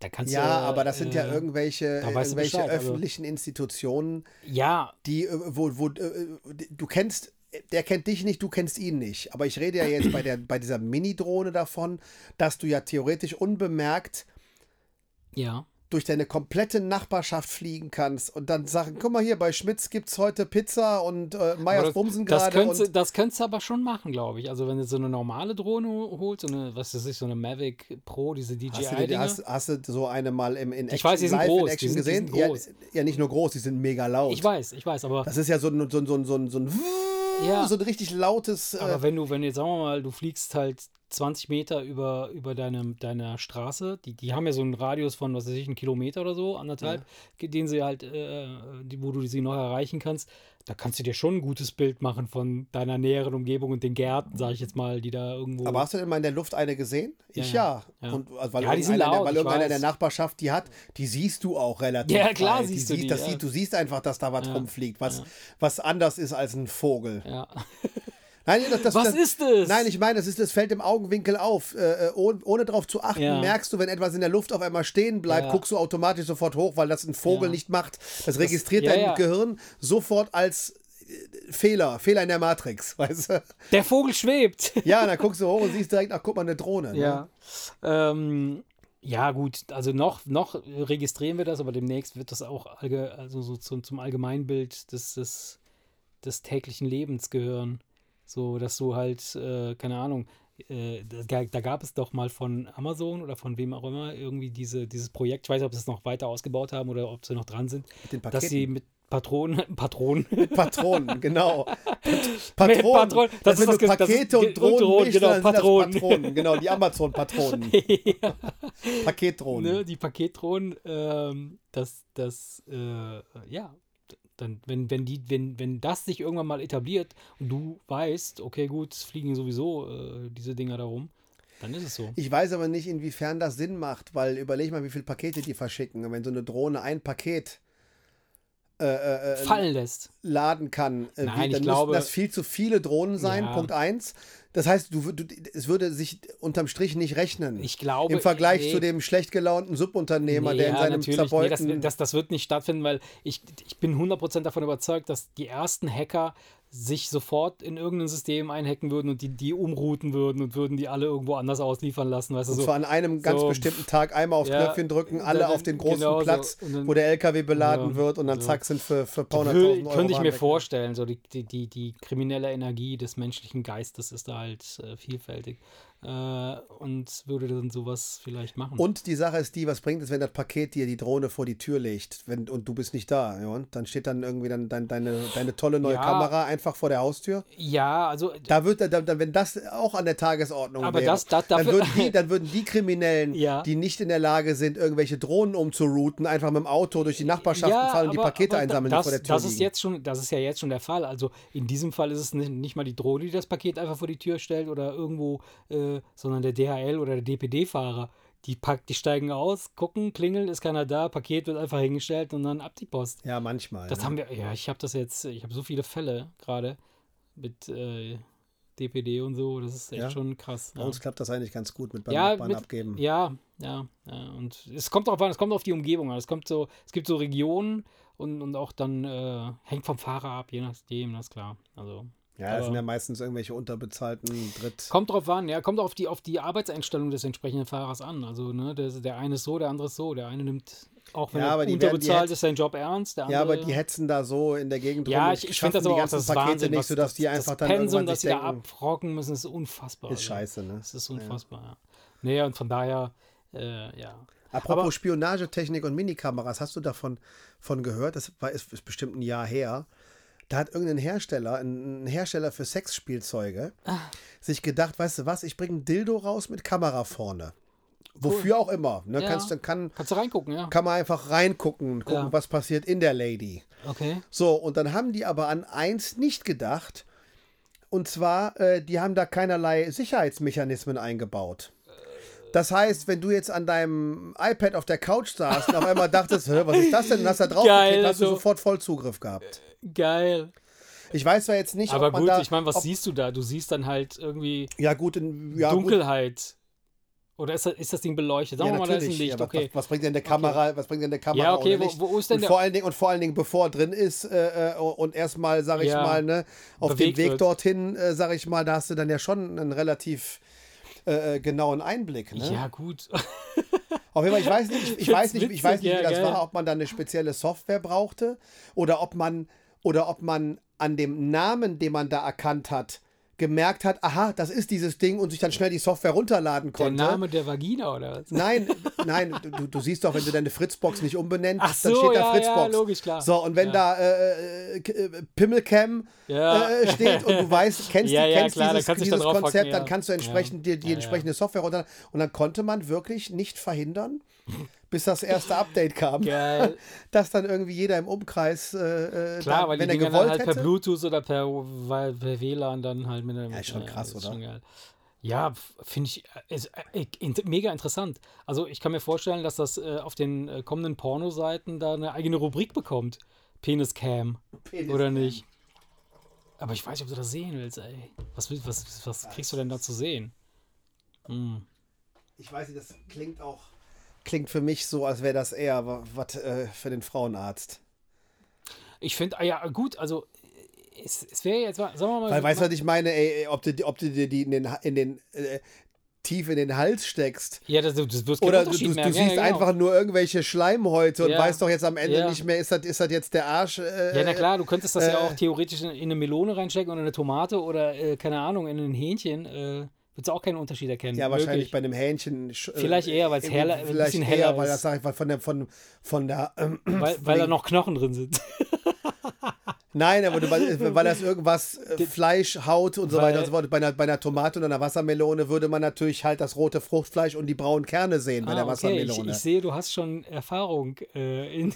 S2: da kannst
S1: Ja,
S2: du...
S1: aber das sind ja
S2: äh,
S1: irgendwelche,
S2: da weißt du
S1: irgendwelche
S2: Bescheid, also-
S1: öffentlichen Institutionen,
S2: Ja,
S1: die, äh, wo, wo äh, du kennst, der kennt dich nicht, du kennst ihn nicht. Aber ich rede ja jetzt bei, der, bei dieser Mini-Drohne davon, dass du ja theoretisch unbemerkt
S2: ja.
S1: durch deine komplette Nachbarschaft fliegen kannst und dann sagen, guck mal hier, bei Schmitz gibt's heute Pizza und äh,
S2: Aber
S1: Meyers Bumsen
S2: das,
S1: gerade
S2: könntest,
S1: und
S2: das könntest du aber schon machen, glaube ich. Also wenn du so eine normale Drohne holst, so eine, was ist das, so eine Mavic Pro, diese
S1: Hast du, die,
S2: DJI-Dinger.
S1: hast, hast du so eine mal im, in Action,
S2: weiß, die sind
S1: live in
S2: groß, die
S1: Action
S2: sind- die
S1: gesehen?
S2: sind groß.
S1: Ja, ja, nicht nur groß, die sind mega laut.
S2: Ich weiß, ich weiß, aber...
S1: Das ist ja so ein, so ein, so ein, so ein, so ein,
S2: Ja.
S1: so ein richtig lautes. Äh,
S2: Aber wenn du, wenn jetzt sagen wir mal, du fliegst halt 20 Meter über, über deine, deiner Straße. Die, die haben ja so einen Radius von, was weiß ich, einen Kilometer oder so, anderthalb, den sie halt, äh, die, wo du sie noch erreichen kannst. Da kannst du dir schon ein gutes Bild machen von deiner näheren Umgebung und den Gärten, sage ich jetzt mal, die da irgendwo.
S1: Aber hast du denn mal in der Luft eine gesehen? Ich ja.
S2: Ja, ja.
S1: Und, also, weil
S2: Ja, die sind
S1: irgendeiner,
S2: laut,
S1: der, weil
S2: ich
S1: irgendeiner
S2: weiß.
S1: der Nachbarschaft die hat, die siehst du auch relativ.
S2: Ja, klar
S1: frei.
S2: siehst
S1: die
S2: du
S1: sieht-
S2: die,
S1: Das
S2: ja.
S1: sieht, du siehst einfach, dass da was rumfliegt, was, was anders ist als ein Vogel.
S2: ja.
S1: Nein, das, das,
S2: Was
S1: das,
S2: ist es?
S1: Nein, ich meine, das, ist, das fällt im Augenwinkel auf. Äh, äh, ohne, ohne darauf zu achten,
S2: Ja.
S1: merkst du, wenn etwas in der Luft auf einmal stehen bleibt,
S2: Ja.
S1: guckst du automatisch sofort hoch, weil das ein Vogel
S2: Ja.
S1: nicht macht. Das registriert
S2: ja,
S1: dein
S2: ja.
S1: Gehirn sofort als äh, Fehler, Fehler in der Matrix, weißt du?
S2: Der Vogel schwebt.
S1: Ja, dann guckst du hoch und siehst direkt, ach guck mal, eine Drohne. ne?
S2: Ja. Ähm, ja, gut, also noch, noch registrieren wir das, aber demnächst wird das auch allge also so zum, zum Allgemeinbild des, des, des täglichen Lebens gehören. So, dass du halt, äh, keine Ahnung, äh, da, da gab es doch mal von Amazon oder von wem auch immer irgendwie diese, dieses Projekt, ich weiß nicht, ob sie es noch weiter ausgebaut haben oder ob sie noch dran sind,
S1: Mit den
S2: dass sie
S1: Paketen.
S2: mit Patronen, Patronen,
S1: Patronen, genau.
S2: Mit Patronen, das
S1: Das,
S2: ist
S1: wenn
S2: das
S1: du
S2: Ge- das ist
S1: Pakete
S2: Ge-
S1: und Drohnen,
S2: Drohnen,
S1: mischst,
S2: genau,
S1: dann sind das
S2: Patronen.
S1: Patronen. Genau, die Amazon-Patronen. Paketdrohnen.
S2: ne, die Paketdrohnen, ähm, das, das, äh, ja, dann, wenn, wenn die, wenn, wenn das sich irgendwann mal etabliert und du weißt, okay, gut, es fliegen sowieso äh, diese Dinger da rum, dann ist es so.
S1: Ich weiß aber nicht, inwiefern das Sinn macht, weil überleg mal, wie viele Pakete die verschicken. Und wenn so eine Drohne ein Paket äh, äh, äh,
S2: Fallen lässt.
S1: laden kann, äh,
S2: Nein, ich
S1: dann
S2: glaube-
S1: müssten das viel zu viele Drohnen sein,
S2: Ja.
S1: Punkt eins. Das heißt, du, wür- du, es würde sich unterm Strich nicht rechnen.
S2: Ich glaube,
S1: Im Vergleich
S2: nee.
S1: zu dem schlecht gelaunten Subunternehmer, der in
S2: ja,
S1: seinem
S2: natürlich. Nee, das,
S1: zerbeulten...
S2: das, das wird nicht stattfinden, weil ich, ich bin 100% davon überzeugt, dass die ersten Hacker sich sofort in irgendein System einhacken würden und die, die umrouten würden und würden die alle irgendwo anders ausliefern lassen. Weißt du,
S1: Und
S2: so.
S1: zwar an einem ganz
S2: so,
S1: bestimmten Tag einmal aufs
S2: ja,
S1: Knöpfchen drücken,
S2: dann-
S1: alle auf den großen
S2: genau so.
S1: Platz,
S2: Und dann-
S1: wo der LKW beladen
S2: ja,
S1: wird und dann
S2: so.
S1: zack sind für, für paar
S2: Würde-
S1: hunderttausend Euro.
S2: könnte ich
S1: waren
S2: mir
S1: weg.
S2: vorstellen, so die, die, die, die kriminelle Energie des menschlichen Geistes ist da halt äh, vielfältig äh, und würde dann sowas vielleicht machen.
S1: Und die Sache ist die, was bringt es, wenn das Paket dir die Drohne vor die Tür legt wenn, und du bist nicht da? Ja, und dann steht dann irgendwie dann, dein- deine, deine tolle neue
S2: Ja.
S1: Kamera einfach vor der Haustür.
S2: ja, also äh,
S1: Da wird, da, da, wenn das auch an der Tagesordnung
S2: Aber
S1: wäre,
S2: das- das-
S1: dann,
S2: dafür-
S1: würden die, dann würden die Kriminellen,
S2: Ja.
S1: die nicht in der Lage sind, irgendwelche Drohnen umzurouten, einfach mit dem Auto durch die Nachbarschaften
S2: ja,
S1: fahren und die
S2: aber-
S1: Pakete
S2: aber da-
S1: einsammeln,
S2: das,
S1: die vor der Tür
S2: das ist
S1: liegen.
S2: jetzt schon, Das ist ja jetzt schon der Fall. Also in diesem Fall ist es nicht, nicht mal die Drohne, die das Paket einfach vor die Tür stellt oder irgendwo, äh, sondern der DHL oder der DPD-Fahrer. Die, pack, die steigen aus, gucken, klingeln, ist keiner da, Paket wird einfach hingestellt und dann ab die Post.
S1: ja, manchmal.
S2: Das
S1: ne?
S2: haben wir, ja, ich habe das jetzt, ich habe so viele Fälle gerade mit äh, DPD und so, das ist echt
S1: Ja.
S2: schon krass.
S1: Bei
S2: Ja.
S1: uns klappt das eigentlich ganz gut mit beim
S2: Ja,
S1: Nachbarn
S2: mit-
S1: abgeben.
S2: Ja, ja, ja. Und es kommt drauf an, es kommt auf die Umgebung an. Es kommt so, es gibt so Regionen und, und auch dann äh, hängt vom Fahrer ab, je nachdem, das ist klar. Also
S1: Ja, das
S2: Aber-
S1: sind ja meistens irgendwelche unterbezahlten Dritt.
S2: kommt drauf an, ja, kommt auf die auf die Arbeitseinstellung des entsprechenden Fahrers an. Also ne, der, der eine ist so, der andere ist so, der eine nimmt auch wenn
S1: Ja, aber
S2: er
S1: die werden- die
S2: unterbezahlt
S1: hätten-
S2: ist, seinen Job ernst. Der
S1: Ja, aber
S2: andere,
S1: die hetzen da so in der Gegend
S2: also Ja,
S1: rum.
S2: ich, ich
S1: schaffen
S2: finde das
S1: die
S2: aber auch
S1: ganzen
S2: das
S1: Pakete
S2: Wahnsinn,
S1: nicht,
S2: was-
S1: sodass die
S2: das-
S1: einfach dann
S2: das Pensum,
S1: irgendwann
S2: dass
S1: sich
S2: sie da
S1: denken,
S2: abrocken müssen, ist unfassbar.
S1: ist scheiße, ne?
S2: Das ist unfassbar, ja. Naja, und von daher, äh, ja.
S1: Apropos
S2: Aber-
S1: Spionagetechnik und Minikameras, hast du davon von gehört? Das war, ist, ist bestimmt ein Jahr her. Da hat irgendein Hersteller, ein ein Hersteller für Sexspielzeuge,
S2: Ah.
S1: sich gedacht, weißt du was, ich bringe ein Dildo raus mit Kamera vorne. Wofür auch immer. Ne?
S2: Ja.
S1: Kannst, dann kann,
S2: Kannst du reingucken, ja.
S1: kann man einfach reingucken und gucken,
S2: Ja.
S1: was passiert in der Lady.
S2: Okay.
S1: So, und dann haben die aber an eins nicht gedacht. Und zwar, äh, die haben da keinerlei Sicherheitsmechanismen eingebaut. Das heißt, wenn du jetzt an deinem iPad auf der Couch saßt und auf einmal dachtest, "Hä, was ist das denn? Und hast da drauf
S2: Geil,
S1: geklickt, hast du
S2: also-
S1: sofort Vollzugriff gehabt.
S2: Geil.
S1: Ich weiß zwar jetzt nicht,
S2: Aber
S1: ob man
S2: gut,
S1: da...
S2: ich meine, was
S1: ob,
S2: siehst du da? Du siehst dann halt irgendwie
S1: Ja gut, in, ja, gut.
S2: Dunkelheit. Oder ist das, ist das Ding beleuchtet? Sagen
S1: Ja,
S2: wir mal, da ist ein
S1: natürlich.
S2: Licht,
S1: ja, was,
S2: okay.
S1: was, was bringt denn der Kamera? Was bringt denn der Kamera?
S2: Ja, okay,
S1: ohne
S2: wo-
S1: Licht?
S2: wo ist denn
S1: und
S2: der-
S1: vor allen Dingen und vor allen Dingen, bevor drin ist äh, äh, und erstmal, sage ich
S2: Ja,
S1: mal, ne, auf dem
S2: bewegt
S1: Weg
S2: wird.
S1: dorthin, äh, sage ich mal, da hast du dann ja schon einen relativ äh, äh, genauen Einblick. Ne?
S2: Ja, gut.
S1: Auf jeden Fall, ich weiß nicht, ich, ich weiß nicht, ich
S2: witzig,
S1: weiß nicht, wie
S2: ja,
S1: das
S2: geil.
S1: war, ob man da eine spezielle Software brauchte oder ob man oder ob man an dem Namen, den man da erkannt hat, gemerkt hat, aha, das ist dieses Ding und sich dann schnell die Software runterladen
S2: Der
S1: konnte.
S2: Name der Vagina oder was?
S1: Nein, nein, du, du siehst doch, wenn du deine Fritzbox nicht umbenennst,
S2: Ach so,
S1: dann steht da
S2: ja, ja,
S1: Fritzbox.
S2: logisch, klar.
S1: So, und wenn
S2: Ja.
S1: da äh, äh, K- äh, Pimmelcam
S2: Ja.
S1: äh, steht und du weißt, kennst,
S2: Ja,
S1: die-
S2: ja,
S1: kennst
S2: klar, da
S1: dieses,
S2: kannst du dich
S1: dieses
S2: dann draufhacken,
S1: Konzept,
S2: ja.
S1: dann kannst du entsprechend dir die
S2: Ja, ja.
S1: entsprechende Software runter. Und dann konnte man wirklich nicht verhindern, bis das erste Update kam,
S2: Geil.
S1: dass dann irgendwie jeder im Umkreis, äh, äh,
S2: Klar,
S1: da,
S2: weil die
S1: wenn er
S2: Dinger dann
S1: gewollt
S2: halt per
S1: hätte.
S2: Bluetooth oder per, weil- per WLAN dann halt mit einem.
S1: Ja, ist schon krass,
S2: ist
S1: oder?
S2: schon geil. Ja, f- finde ich äh, ist, äh, in- mega interessant. Also ich kann mir vorstellen, dass das äh, auf den äh, kommenden Pornoseiten da eine eigene Rubrik bekommt. Peniscam.
S1: Peniscam.
S2: Oder nicht? Aber ich weiß nicht, ob du das sehen willst, ey. Was, will- was, was kriegst du denn da zu sehen?
S1: Ich weiß nicht, das klingt auch, klingt für mich so, als wäre das eher wa- was äh, für den Frauenarzt.
S2: Ich finde, ah ja, gut, also es, es wäre jetzt, mal- sagen wir mal,
S1: Weil, weißt du, was ich meine? Ey, ey, ob du, die- ob du dir die in den, Ha- in den äh, tief in den Hals steckst.
S2: ja, das, das wirst keinen
S1: Oder du,
S2: Unterschied
S1: du,
S2: merken.
S1: du
S2: Ja,
S1: siehst
S2: ja, genau.
S1: einfach nur irgendwelche Schleimhäute und
S2: Ja.
S1: weißt doch jetzt am Ende
S2: Ja.
S1: nicht mehr, ist das, ist das jetzt der Arsch? Äh,
S2: Ja, na klar, du könntest das ja
S1: äh,
S2: auch theoretisch in, in eine Melone reinstecken oder eine Tomate oder, äh, keine Ahnung, in ein Hähnchen. Äh, würdest du auch keinen Unterschied erkennen.
S1: Ja, wahrscheinlich
S2: Möglich.
S1: bei einem Hähnchen. sch- äh,
S2: Vielleicht eher, weil's
S1: im-
S2: heller- ein
S1: vielleicht
S2: bisschen
S1: eher,
S2: heller
S1: weil
S2: ist.
S1: das sag ich mal von der, von, von der ähm,
S2: Weil, weil da noch Knochen drin sind.
S1: Nein, aber du, weil, weil das irgendwas äh, Fleisch, Haut und so
S2: Weil-
S1: weiter und so fort. Bei einer, bei einer Tomate und einer Wassermelone würde man natürlich halt das rote Fruchtfleisch und die braunen Kerne sehen bei
S2: Ah,
S1: der
S2: okay, ich,
S1: Wassermelone.
S2: ich sehe, du hast schon Erfahrung äh, in.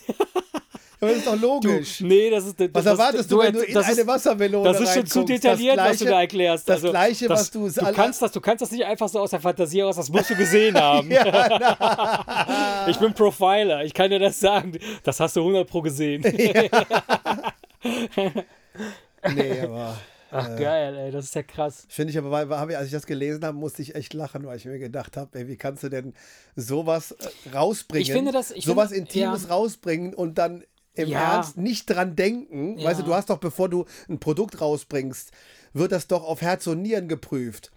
S1: aber das ist doch
S2: Du,
S1: logisch.
S2: nee, das ist. Das,
S1: Was erwartest du, wenn du in
S2: das
S1: eine
S2: ist,
S1: Wassermelone
S2: Das ist schon zu
S1: reinguckst?
S2: detailliert,
S1: das
S2: was du
S1: Gleiche-
S2: da erklärst.
S1: Das
S2: also,
S1: Gleiche,
S2: das,
S1: was du...
S2: du kannst das, du kannst das nicht einfach so aus der Fantasie heraus, das musst du gesehen haben. ich bin Profiler, ich kann dir das sagen. Das hast du 100 pro gesehen.
S1: Nee, aber...
S2: Ach geil, ey, das ist ja krass.
S1: Finde ich aber, weil, weil, hab ich- als ich das gelesen habe, musste ich echt lachen, weil ich mir gedacht habe, ey, wie kannst du denn sowas äh, rausbringen?
S2: Ich finde das- ich
S1: sowas
S2: finde-
S1: Intimes
S2: ja.
S1: rausbringen und dann im
S2: Ja.
S1: Ernst nicht dran denken.
S2: Ja.
S1: Weißt du, du hast doch, bevor du ein Produkt rausbringst, wird das doch auf Herz und Nieren geprüft.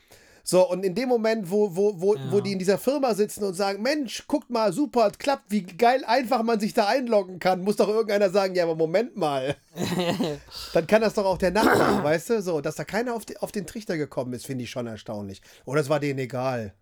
S1: So, und in dem Moment, wo, wo, wo, wo die in dieser Firma sitzen und sagen, Mensch, guckt mal, super, es klappt, wie geil einfach man sich da einloggen kann, muss doch irgendeiner sagen, ja, aber Moment mal. Dann kann das doch auch der Nachbar, weißt du? So, dass da keiner auf, die, auf den Trichter gekommen ist, finde ich schon erstaunlich. Oder es war denen egal.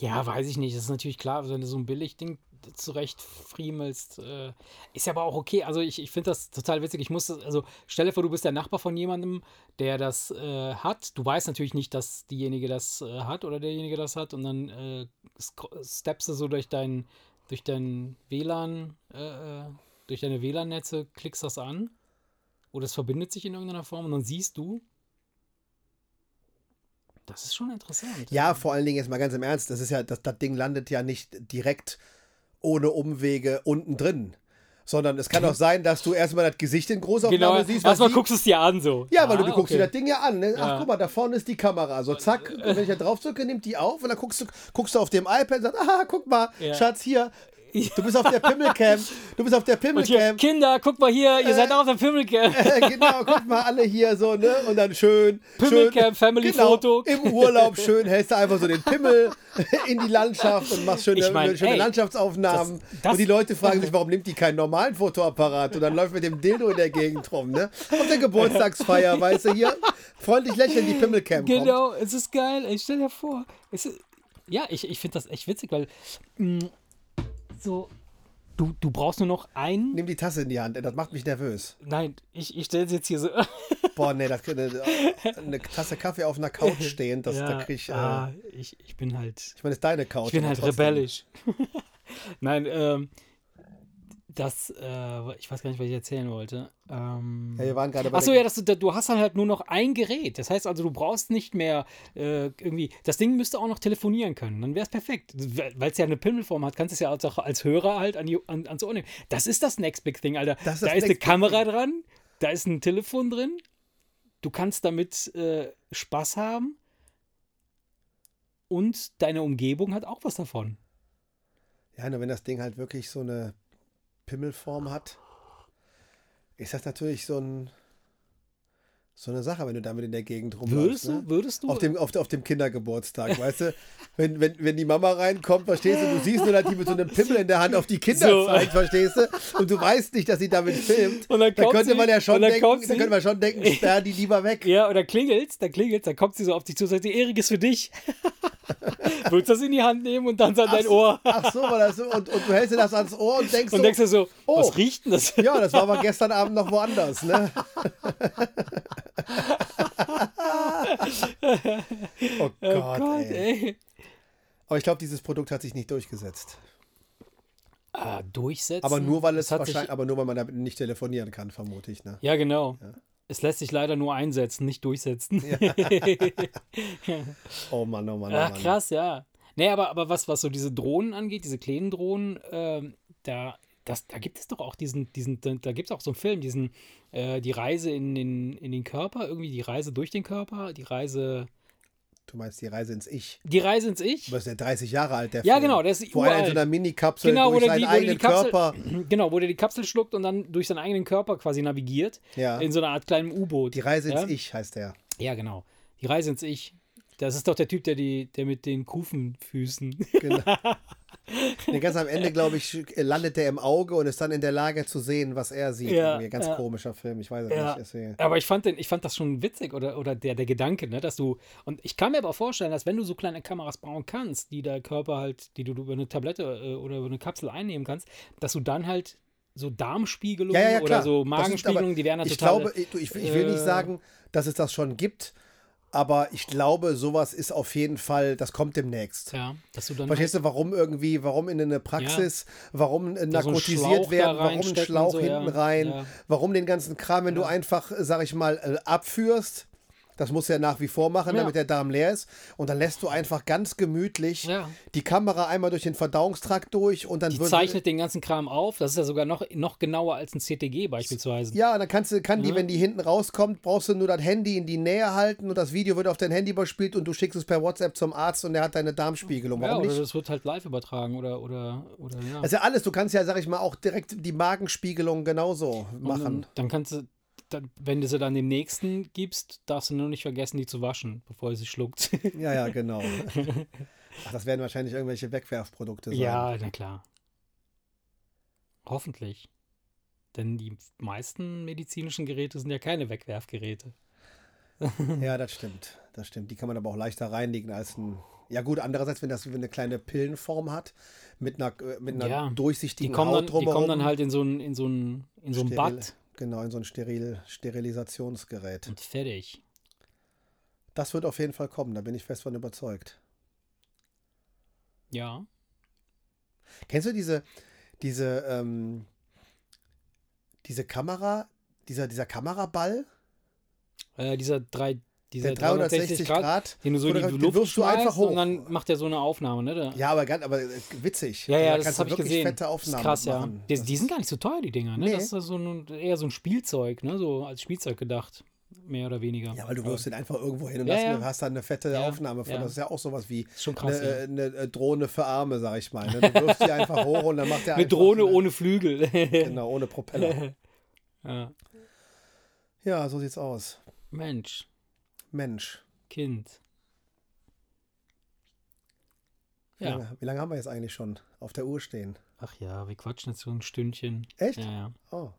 S2: Ja, weiß ich nicht. Das ist natürlich klar, also wenn du so ein Billigding zurecht friemelst, äh, ist ja aber auch okay. Also ich, ich finde das total witzig. Ich muss das, also stell dir vor, du bist der Nachbar von jemandem, der das äh, hat. Du weißt natürlich nicht, dass diejenige das äh, hat oder derjenige das hat und dann äh, scro- steppst du so durch dein, durch dein WLAN, äh, äh, durch deine WLAN-Netze, klickst das an oder es verbindet sich in irgendeiner Form und dann siehst du. Das ist schon interessant.
S1: Ja, vor allen Dingen jetzt mal ganz im Ernst, das ist ja, das, das Ding landet ja nicht direkt ohne Umwege unten drin. Sondern es kann auch sein, dass du erstmal das Gesicht in
S2: Mhm. Genau,
S1: Großaufnahme siehst. was
S2: erstmal
S1: die-
S2: guckst du es dir an so.
S1: Ja, weil du,
S2: Ah,
S1: du guckst
S2: okay.
S1: dir das Ding ja an. Ne?
S2: Ja. äh,
S1: Ach, guck mal, da vorne ist die Kamera. So, zack, und wenn ich da drauf drücke, nimmt die auf und dann guckst du, guckst du auf dem iPad und sagst, aha, guck mal,
S2: Ja.
S1: Schatz, hier, du bist auf der Pimmelcam, du bist auf der
S2: Und hier,
S1: Pimmelcam.
S2: Kinder, guck mal hier, ihr seid auch auf der Pimmelcam.
S1: Äh, genau, guck mal, alle hier so, ne? Und dann schön.
S2: Pimmelcam,
S1: schön,
S2: Family-Foto.
S1: Genau, Im Urlaub schön hältst du einfach so den Pimmel in die Landschaft und machst schöne,
S2: Ich mein,
S1: schöne
S2: ey,
S1: Landschaftsaufnahmen.
S2: das- das-
S1: und die Leute fragen sich, warum nimmt die keinen normalen Fotoapparat? Und dann läuft mit dem Dildo in der Gegend rum, ne? Auf der Geburtstagsfeier, weißt du, hier freundlich lächeln die Pimmelcam. Kommt.
S2: Genau, es ist geil. Ey, stell dir vor. Es ist, ja, ich, ich finde das echt witzig, weil mm, so, du, du brauchst nur noch einen.
S1: Nimm die Tasse in die Hand, ey, das macht mich nervös.
S2: Nein, ich, ich stelle es jetzt hier so.
S1: Boah, nee, das, eine, eine Tasse Kaffee auf einer Couch stehend, das, da krieg ich. Äh,
S2: ah, ich, ich bin halt
S1: Ich meine, das ist deine Couch.
S2: Ich bin
S1: aber
S2: halt
S1: trotzdem.
S2: rebellisch. Nein, ähm, das, äh, ich weiß gar nicht, was ich erzählen wollte. Ähm,
S1: Ja, wir waren gerade bei
S2: Achso,
S1: der-
S2: ja, dass du, du hast dann halt nur noch ein Gerät. Das heißt also, du brauchst nicht mehr äh, irgendwie. Das Ding müsste auch noch telefonieren können. Dann wäre es perfekt. Weil es ja eine Pimmelform hat, kannst du es ja als, auch als Hörer halt an, die- an, ans Ohr nehmen. Das ist das Next Big Thing, Alter.
S1: Das ist das
S2: da ist eine
S1: Next Big
S2: Kamera dran, da ist ein Telefon drin. Du kannst damit äh, Spaß haben und deine Umgebung hat auch was davon.
S1: Ja, nur wenn das Ding halt wirklich so eine Pimmelform hat, ist das natürlich so ein so eine Sache, wenn du damit in der Gegend rumläufst.
S2: Würdest
S1: Ne?
S2: du, würdest du?
S1: Auf dem, auf, auf dem Kindergeburtstag, weißt du? Wenn, wenn, wenn die Mama reinkommt, verstehst du, du siehst nur, dass die mit so einem Pimmel in der Hand auf die Kinder
S2: So.
S1: zeigt, verstehst du? Und du weißt nicht, dass sie damit filmt.
S2: Und dann
S1: da
S2: kommt
S1: könnte
S2: sie-
S1: man ja schon
S2: und dann
S1: denken,
S2: kommt
S1: da
S2: sie-
S1: könnte man schon denken, sperr die lieber weg.
S2: ja, oder klingelt's, da klingelt's, da kommt sie so auf dich zu und sagt, die Erik ist für dich. Würdest du das in die Hand nehmen und dann an dein Ohr.
S1: Ach so, war das so. Und, und du hältst dir das ans Ohr und denkst,
S2: Und
S1: so,
S2: denkst du so,
S1: oh.
S2: was riecht denn das?
S1: ja, das war aber gestern Abend noch woanders, ne? oh Gott,
S2: Oh Gott,
S1: ey.
S2: ey.
S1: Aber ich glaube, dieses Produkt hat sich nicht durchgesetzt.
S2: Ah, durchsetzen.
S1: Aber nur, weil es
S2: Das hat sich-
S1: wahrscheinlich, aber nur, weil man damit nicht telefonieren kann, vermute ich, ne?
S2: Ja, genau. Es lässt sich leider nur einsetzen, nicht durchsetzen.
S1: Oh Mann, oh Mann, oh
S2: Ach,
S1: Mann.
S2: krass, ja. Nee, aber, aber was, was so diese Drohnen angeht, diese kleinen Drohnen, ähm, da, das, da gibt es doch auch diesen, diesen da, da gibt es auch so einen Film, diesen, äh, die Reise in den, in den Körper, irgendwie die Reise durch den Körper, die Reise,
S1: Du meinst die Reise ins Ich.
S2: die Reise ins Ich.
S1: Du bist ja 30 Jahre alt, der
S2: Ja,
S1: Film.
S2: genau, der ist
S1: Wo er in so
S2: uralt.
S1: einer Minikapsel
S2: Genau, wo
S1: durch seinen
S2: der die- wo der die
S1: eigenen
S2: Kapsel-
S1: Körper.
S2: Genau, wo der die Kapsel schluckt und dann durch seinen eigenen Körper quasi navigiert,
S1: Ja.
S2: in so einer Art kleinem U-Boot.
S1: Die Reise ins
S2: ja?
S1: Ich heißt der.
S2: Ja, genau. Die Reise ins Ich. Das ist doch der Typ, der, die, der mit den Kufenfüßen.
S1: Genau. Nee, ganz am Ende, glaube ich, landet der im Auge und ist dann in der Lage zu sehen, was er sieht.
S2: Ja,
S1: Irgendwie Ganz
S2: ja.
S1: komischer Film, ich weiß es
S2: Ja,
S1: nicht. Deswegen.
S2: aber ich fand, den, ich fand das schon witzig oder, oder der, der Gedanke, ne, dass du, und ich kann mir aber vorstellen, dass wenn du so kleine Kameras bauen kannst, die der Körper halt, die du über eine Tablette äh, oder über eine Kapsel einnehmen kannst, dass du dann halt so Darmspiegelungen
S1: Ja, ja, ja,
S2: oder
S1: klar.
S2: so
S1: Das ist aber-
S2: Magenspiegelungen, die wären halt
S1: ich
S2: total.
S1: glaube, ich, ich, ich will
S2: äh,
S1: nicht sagen, dass es das schon gibt, aber ich glaube, sowas ist auf jeden Fall, das kommt demnächst.
S2: ja, dass du dann
S1: Verstehst du, warum irgendwie, warum in eine Praxis, warum äh,
S2: Da so einen
S1: narkotisiert
S2: Schlauch da
S1: werden, warum ein
S2: reinstecken,
S1: Schlauch
S2: so, ja.
S1: hinten rein,
S2: Ja.
S1: warum den ganzen Kram, wenn du einfach, äh, sag ich mal, äh, abführst. Das musst du ja nach wie vor machen,
S2: Ja.
S1: damit der Darm leer ist. Und dann lässt du einfach ganz gemütlich
S2: Ja.
S1: die Kamera einmal durch den Verdauungstrakt durch und dann
S2: die
S1: wird-
S2: zeichnet den ganzen Kram auf. Das ist ja sogar noch, noch genauer als ein CTG beispielsweise.
S1: Ja, dann kannst du,
S2: Ne?
S1: kann die, wenn die hinten rauskommt, brauchst du nur das Handy in die Nähe halten und das Video wird auf dein Handy überspielt und du schickst es per WhatsApp zum Arzt und der hat deine Darmspiegelung.
S2: Ja,
S1: Warum
S2: oder
S1: nicht?
S2: das wird halt live übertragen oder, oder, oder ja.
S1: Also alles, du kannst ja, sag ich mal, auch direkt die Magenspiegelung genauso machen.
S2: Dann, dann kannst du, dann, wenn du sie dann dem nächsten gibst, darfst du nur nicht vergessen, die zu waschen, bevor sie schluckt.
S1: Ja, ja, genau. Ach, das werden wahrscheinlich irgendwelche Wegwerfprodukte sein.
S2: ja, na klar. Hoffentlich. Denn die meisten medizinischen Geräte sind ja keine Wegwerfgeräte.
S1: ja, das stimmt. Das stimmt. Die kann man aber auch leichter reinlegen als ein. Ja gut, andererseits, wenn das eine kleine Pillenform hat, mit einer, äh, mit einer
S2: Ja. Die,
S1: durchsichtigen
S2: kommen,
S1: Haut
S2: dann, die
S1: drumherum.
S2: kommen dann halt in so ein, in so ein, in so ein
S1: Steril-
S2: Bad
S1: Genau, in so ein Steril Sterilisationsgerät.
S2: und fertig.
S1: Das wird auf jeden Fall kommen, da bin ich fest von überzeugt.
S2: Ja.
S1: Kennst du diese, diese, ähm, diese Kamera, dieser, dieser Kameraball,
S2: Äh, dieser drei, dieser
S1: der 360 Grad,
S2: den du so in die
S1: Fotograf-
S2: Luft
S1: wirfst du einfach
S2: schmeißt
S1: hoch.
S2: und dann macht er so eine Aufnahme, ne? Da,
S1: ja, aber, ganz- aber äh, witzig.
S2: Ja, ja,
S1: da
S2: das
S1: kannst du
S2: habe ich
S1: wirklich
S2: gesehen.
S1: fette Aufnahmen
S2: das ist krass,
S1: machen.
S2: ja. Die,
S1: Das
S2: die sind gar nicht so teuer, die Dinger, ne?
S1: Nee.
S2: Das ist ja so ein, eher so ein Spielzeug, ne? So als Spielzeug gedacht. Mehr oder weniger.
S1: Ja, weil du wirfst den einfach irgendwo hin und
S2: Ja,
S1: hast,
S2: ja.
S1: hast dann eine fette
S2: Ja,
S1: Aufnahme von.
S2: ja.
S1: Das ist ja auch sowas wie
S2: Ist schon krass,
S1: eine, eine Drohne für Arme, sag ich mal. ne? Du wirfst die einfach hoch und dann macht der
S2: Eine
S1: einfach
S2: Drohne
S1: eine-
S2: ohne Flügel.
S1: Genau, ohne Propeller. Genau.
S2: ja.
S1: Ja, so sieht's aus.
S2: Mensch,
S1: Mensch.
S2: Kind.
S1: Wie,
S2: Ja.
S1: lange, wie lange haben wir jetzt eigentlich schon auf der Uhr stehen?
S2: Ach ja, wir quatschen jetzt so ein Stündchen.
S1: Echt?
S2: Ja, ja.
S1: Oh.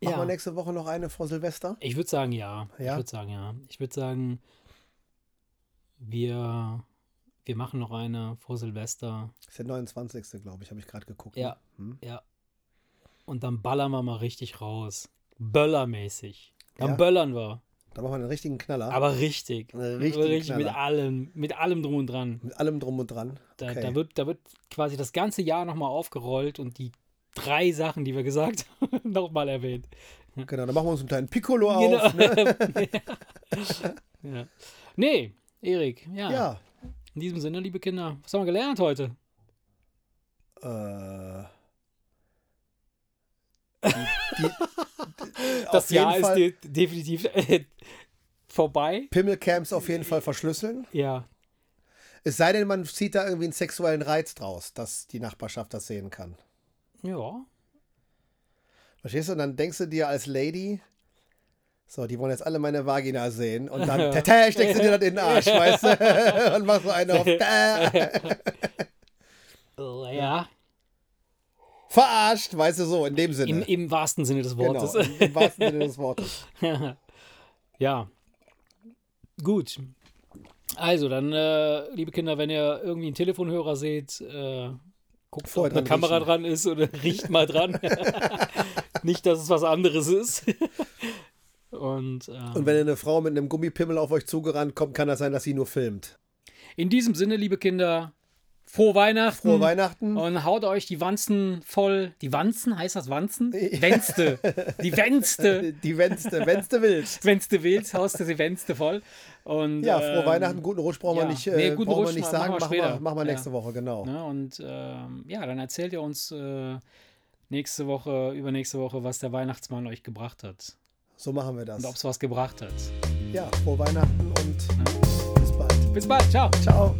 S1: Machen wir
S2: ja.
S1: nächste Woche noch eine vor Silvester?
S2: Ich würde sagen, ja.
S1: Ja?
S2: Ich würde sagen, ja. Ich würde sagen, wir, wir machen noch eine vor Silvester.
S1: Ist der 29. glaube ich, habe ich gerade geguckt.
S2: Ja,
S1: Hm?
S2: ja. Und dann ballern wir mal richtig raus. Böllermäßig. Dann
S1: Ja.
S2: böllern wir.
S1: Da machen wir einen richtigen Knaller.
S2: Aber richtig.
S1: Einen richtigen
S2: Aber richtig mit
S1: Knaller.
S2: allem, mit allem drum und dran.
S1: Mit allem drum und dran.
S2: Da,
S1: Okay.
S2: da, wird, da wird quasi das ganze Jahr nochmal aufgerollt und die drei Sachen, die wir gesagt haben, nochmal erwähnt.
S1: genau, dann machen wir uns einen kleinen Piccolo
S2: Hm. Genau.
S1: auf. Ne?
S2: Ja. Nee, Erik, ja.
S1: Ja.
S2: In diesem Sinne, liebe Kinder, was haben wir gelernt heute?
S1: Äh, die, die,
S2: Das
S1: auf jeden
S2: Jahr
S1: Fall
S2: ist de definitiv äh, vorbei.
S1: Pimmelcamps auf jeden Fall verschlüsseln.
S2: Ja,
S1: Es sei denn, man zieht da irgendwie einen sexuellen Reiz draus, dass die Nachbarschaft das sehen kann.
S2: ja.
S1: Verstehst du? Und dann denkst du dir als Lady, So, die wollen jetzt alle meine Vagina sehen und dann tata, steckst du dir das in den Arsch, weißt du? und machst so eine auf. Tä.
S2: Oh, ja,
S1: Verarscht, weißt du so, in dem
S2: im,
S1: Sinne.
S2: im wahrsten Sinne des
S1: genau,
S2: Wortes.
S1: im, im wahrsten Sinne des Wortes.
S2: ja. Gut. Also, dann, äh, liebe Kinder, wenn ihr irgendwie einen Telefonhörer seht, äh, guckt,
S1: Vorher
S2: ob eine
S1: dran
S2: Kamera
S1: riechen.
S2: dran ist oder riecht mal dran. Nicht, dass es was anderes ist. Und, ähm,
S1: Und wenn eine Frau mit einem Gummipimmel auf euch zugerannt kommt, kann das sein, dass sie nur filmt.
S2: in diesem Sinne, liebe Kinder, frohe Weihnachten.
S1: Frohe Weihnachten.
S2: Und haut euch die Wanzen voll. Die Wanzen? Heißt das Wanzen?
S1: Ja.
S2: Wenste. Die Wenste.
S1: Die Wenste, Wenste willst.
S2: Wennste willst, haust du sie Wenste voll. Und,
S1: Ja, frohe
S2: ähm,
S1: Weihnachten, guten Rutsch brauchen
S2: ja.
S1: wir nicht, äh,
S2: Nee, guten
S1: brauchen wir
S2: Rutsch
S1: nicht
S2: ma-
S1: sagen.
S2: machen wir
S1: Machen wir,
S2: später.
S1: machen wir
S2: Ja.
S1: nächste Woche, genau.
S2: Ne? Und ähm, ja, dann erzählt ihr uns äh, nächste Woche, übernächste Woche, was der Weihnachtsmann euch gebracht hat.
S1: So machen wir
S2: Und ob
S1: das.
S2: es was gebracht hat.
S1: Ja, frohe Weihnachten und bis bald.
S2: Bis bald, ciao.
S1: Ciao.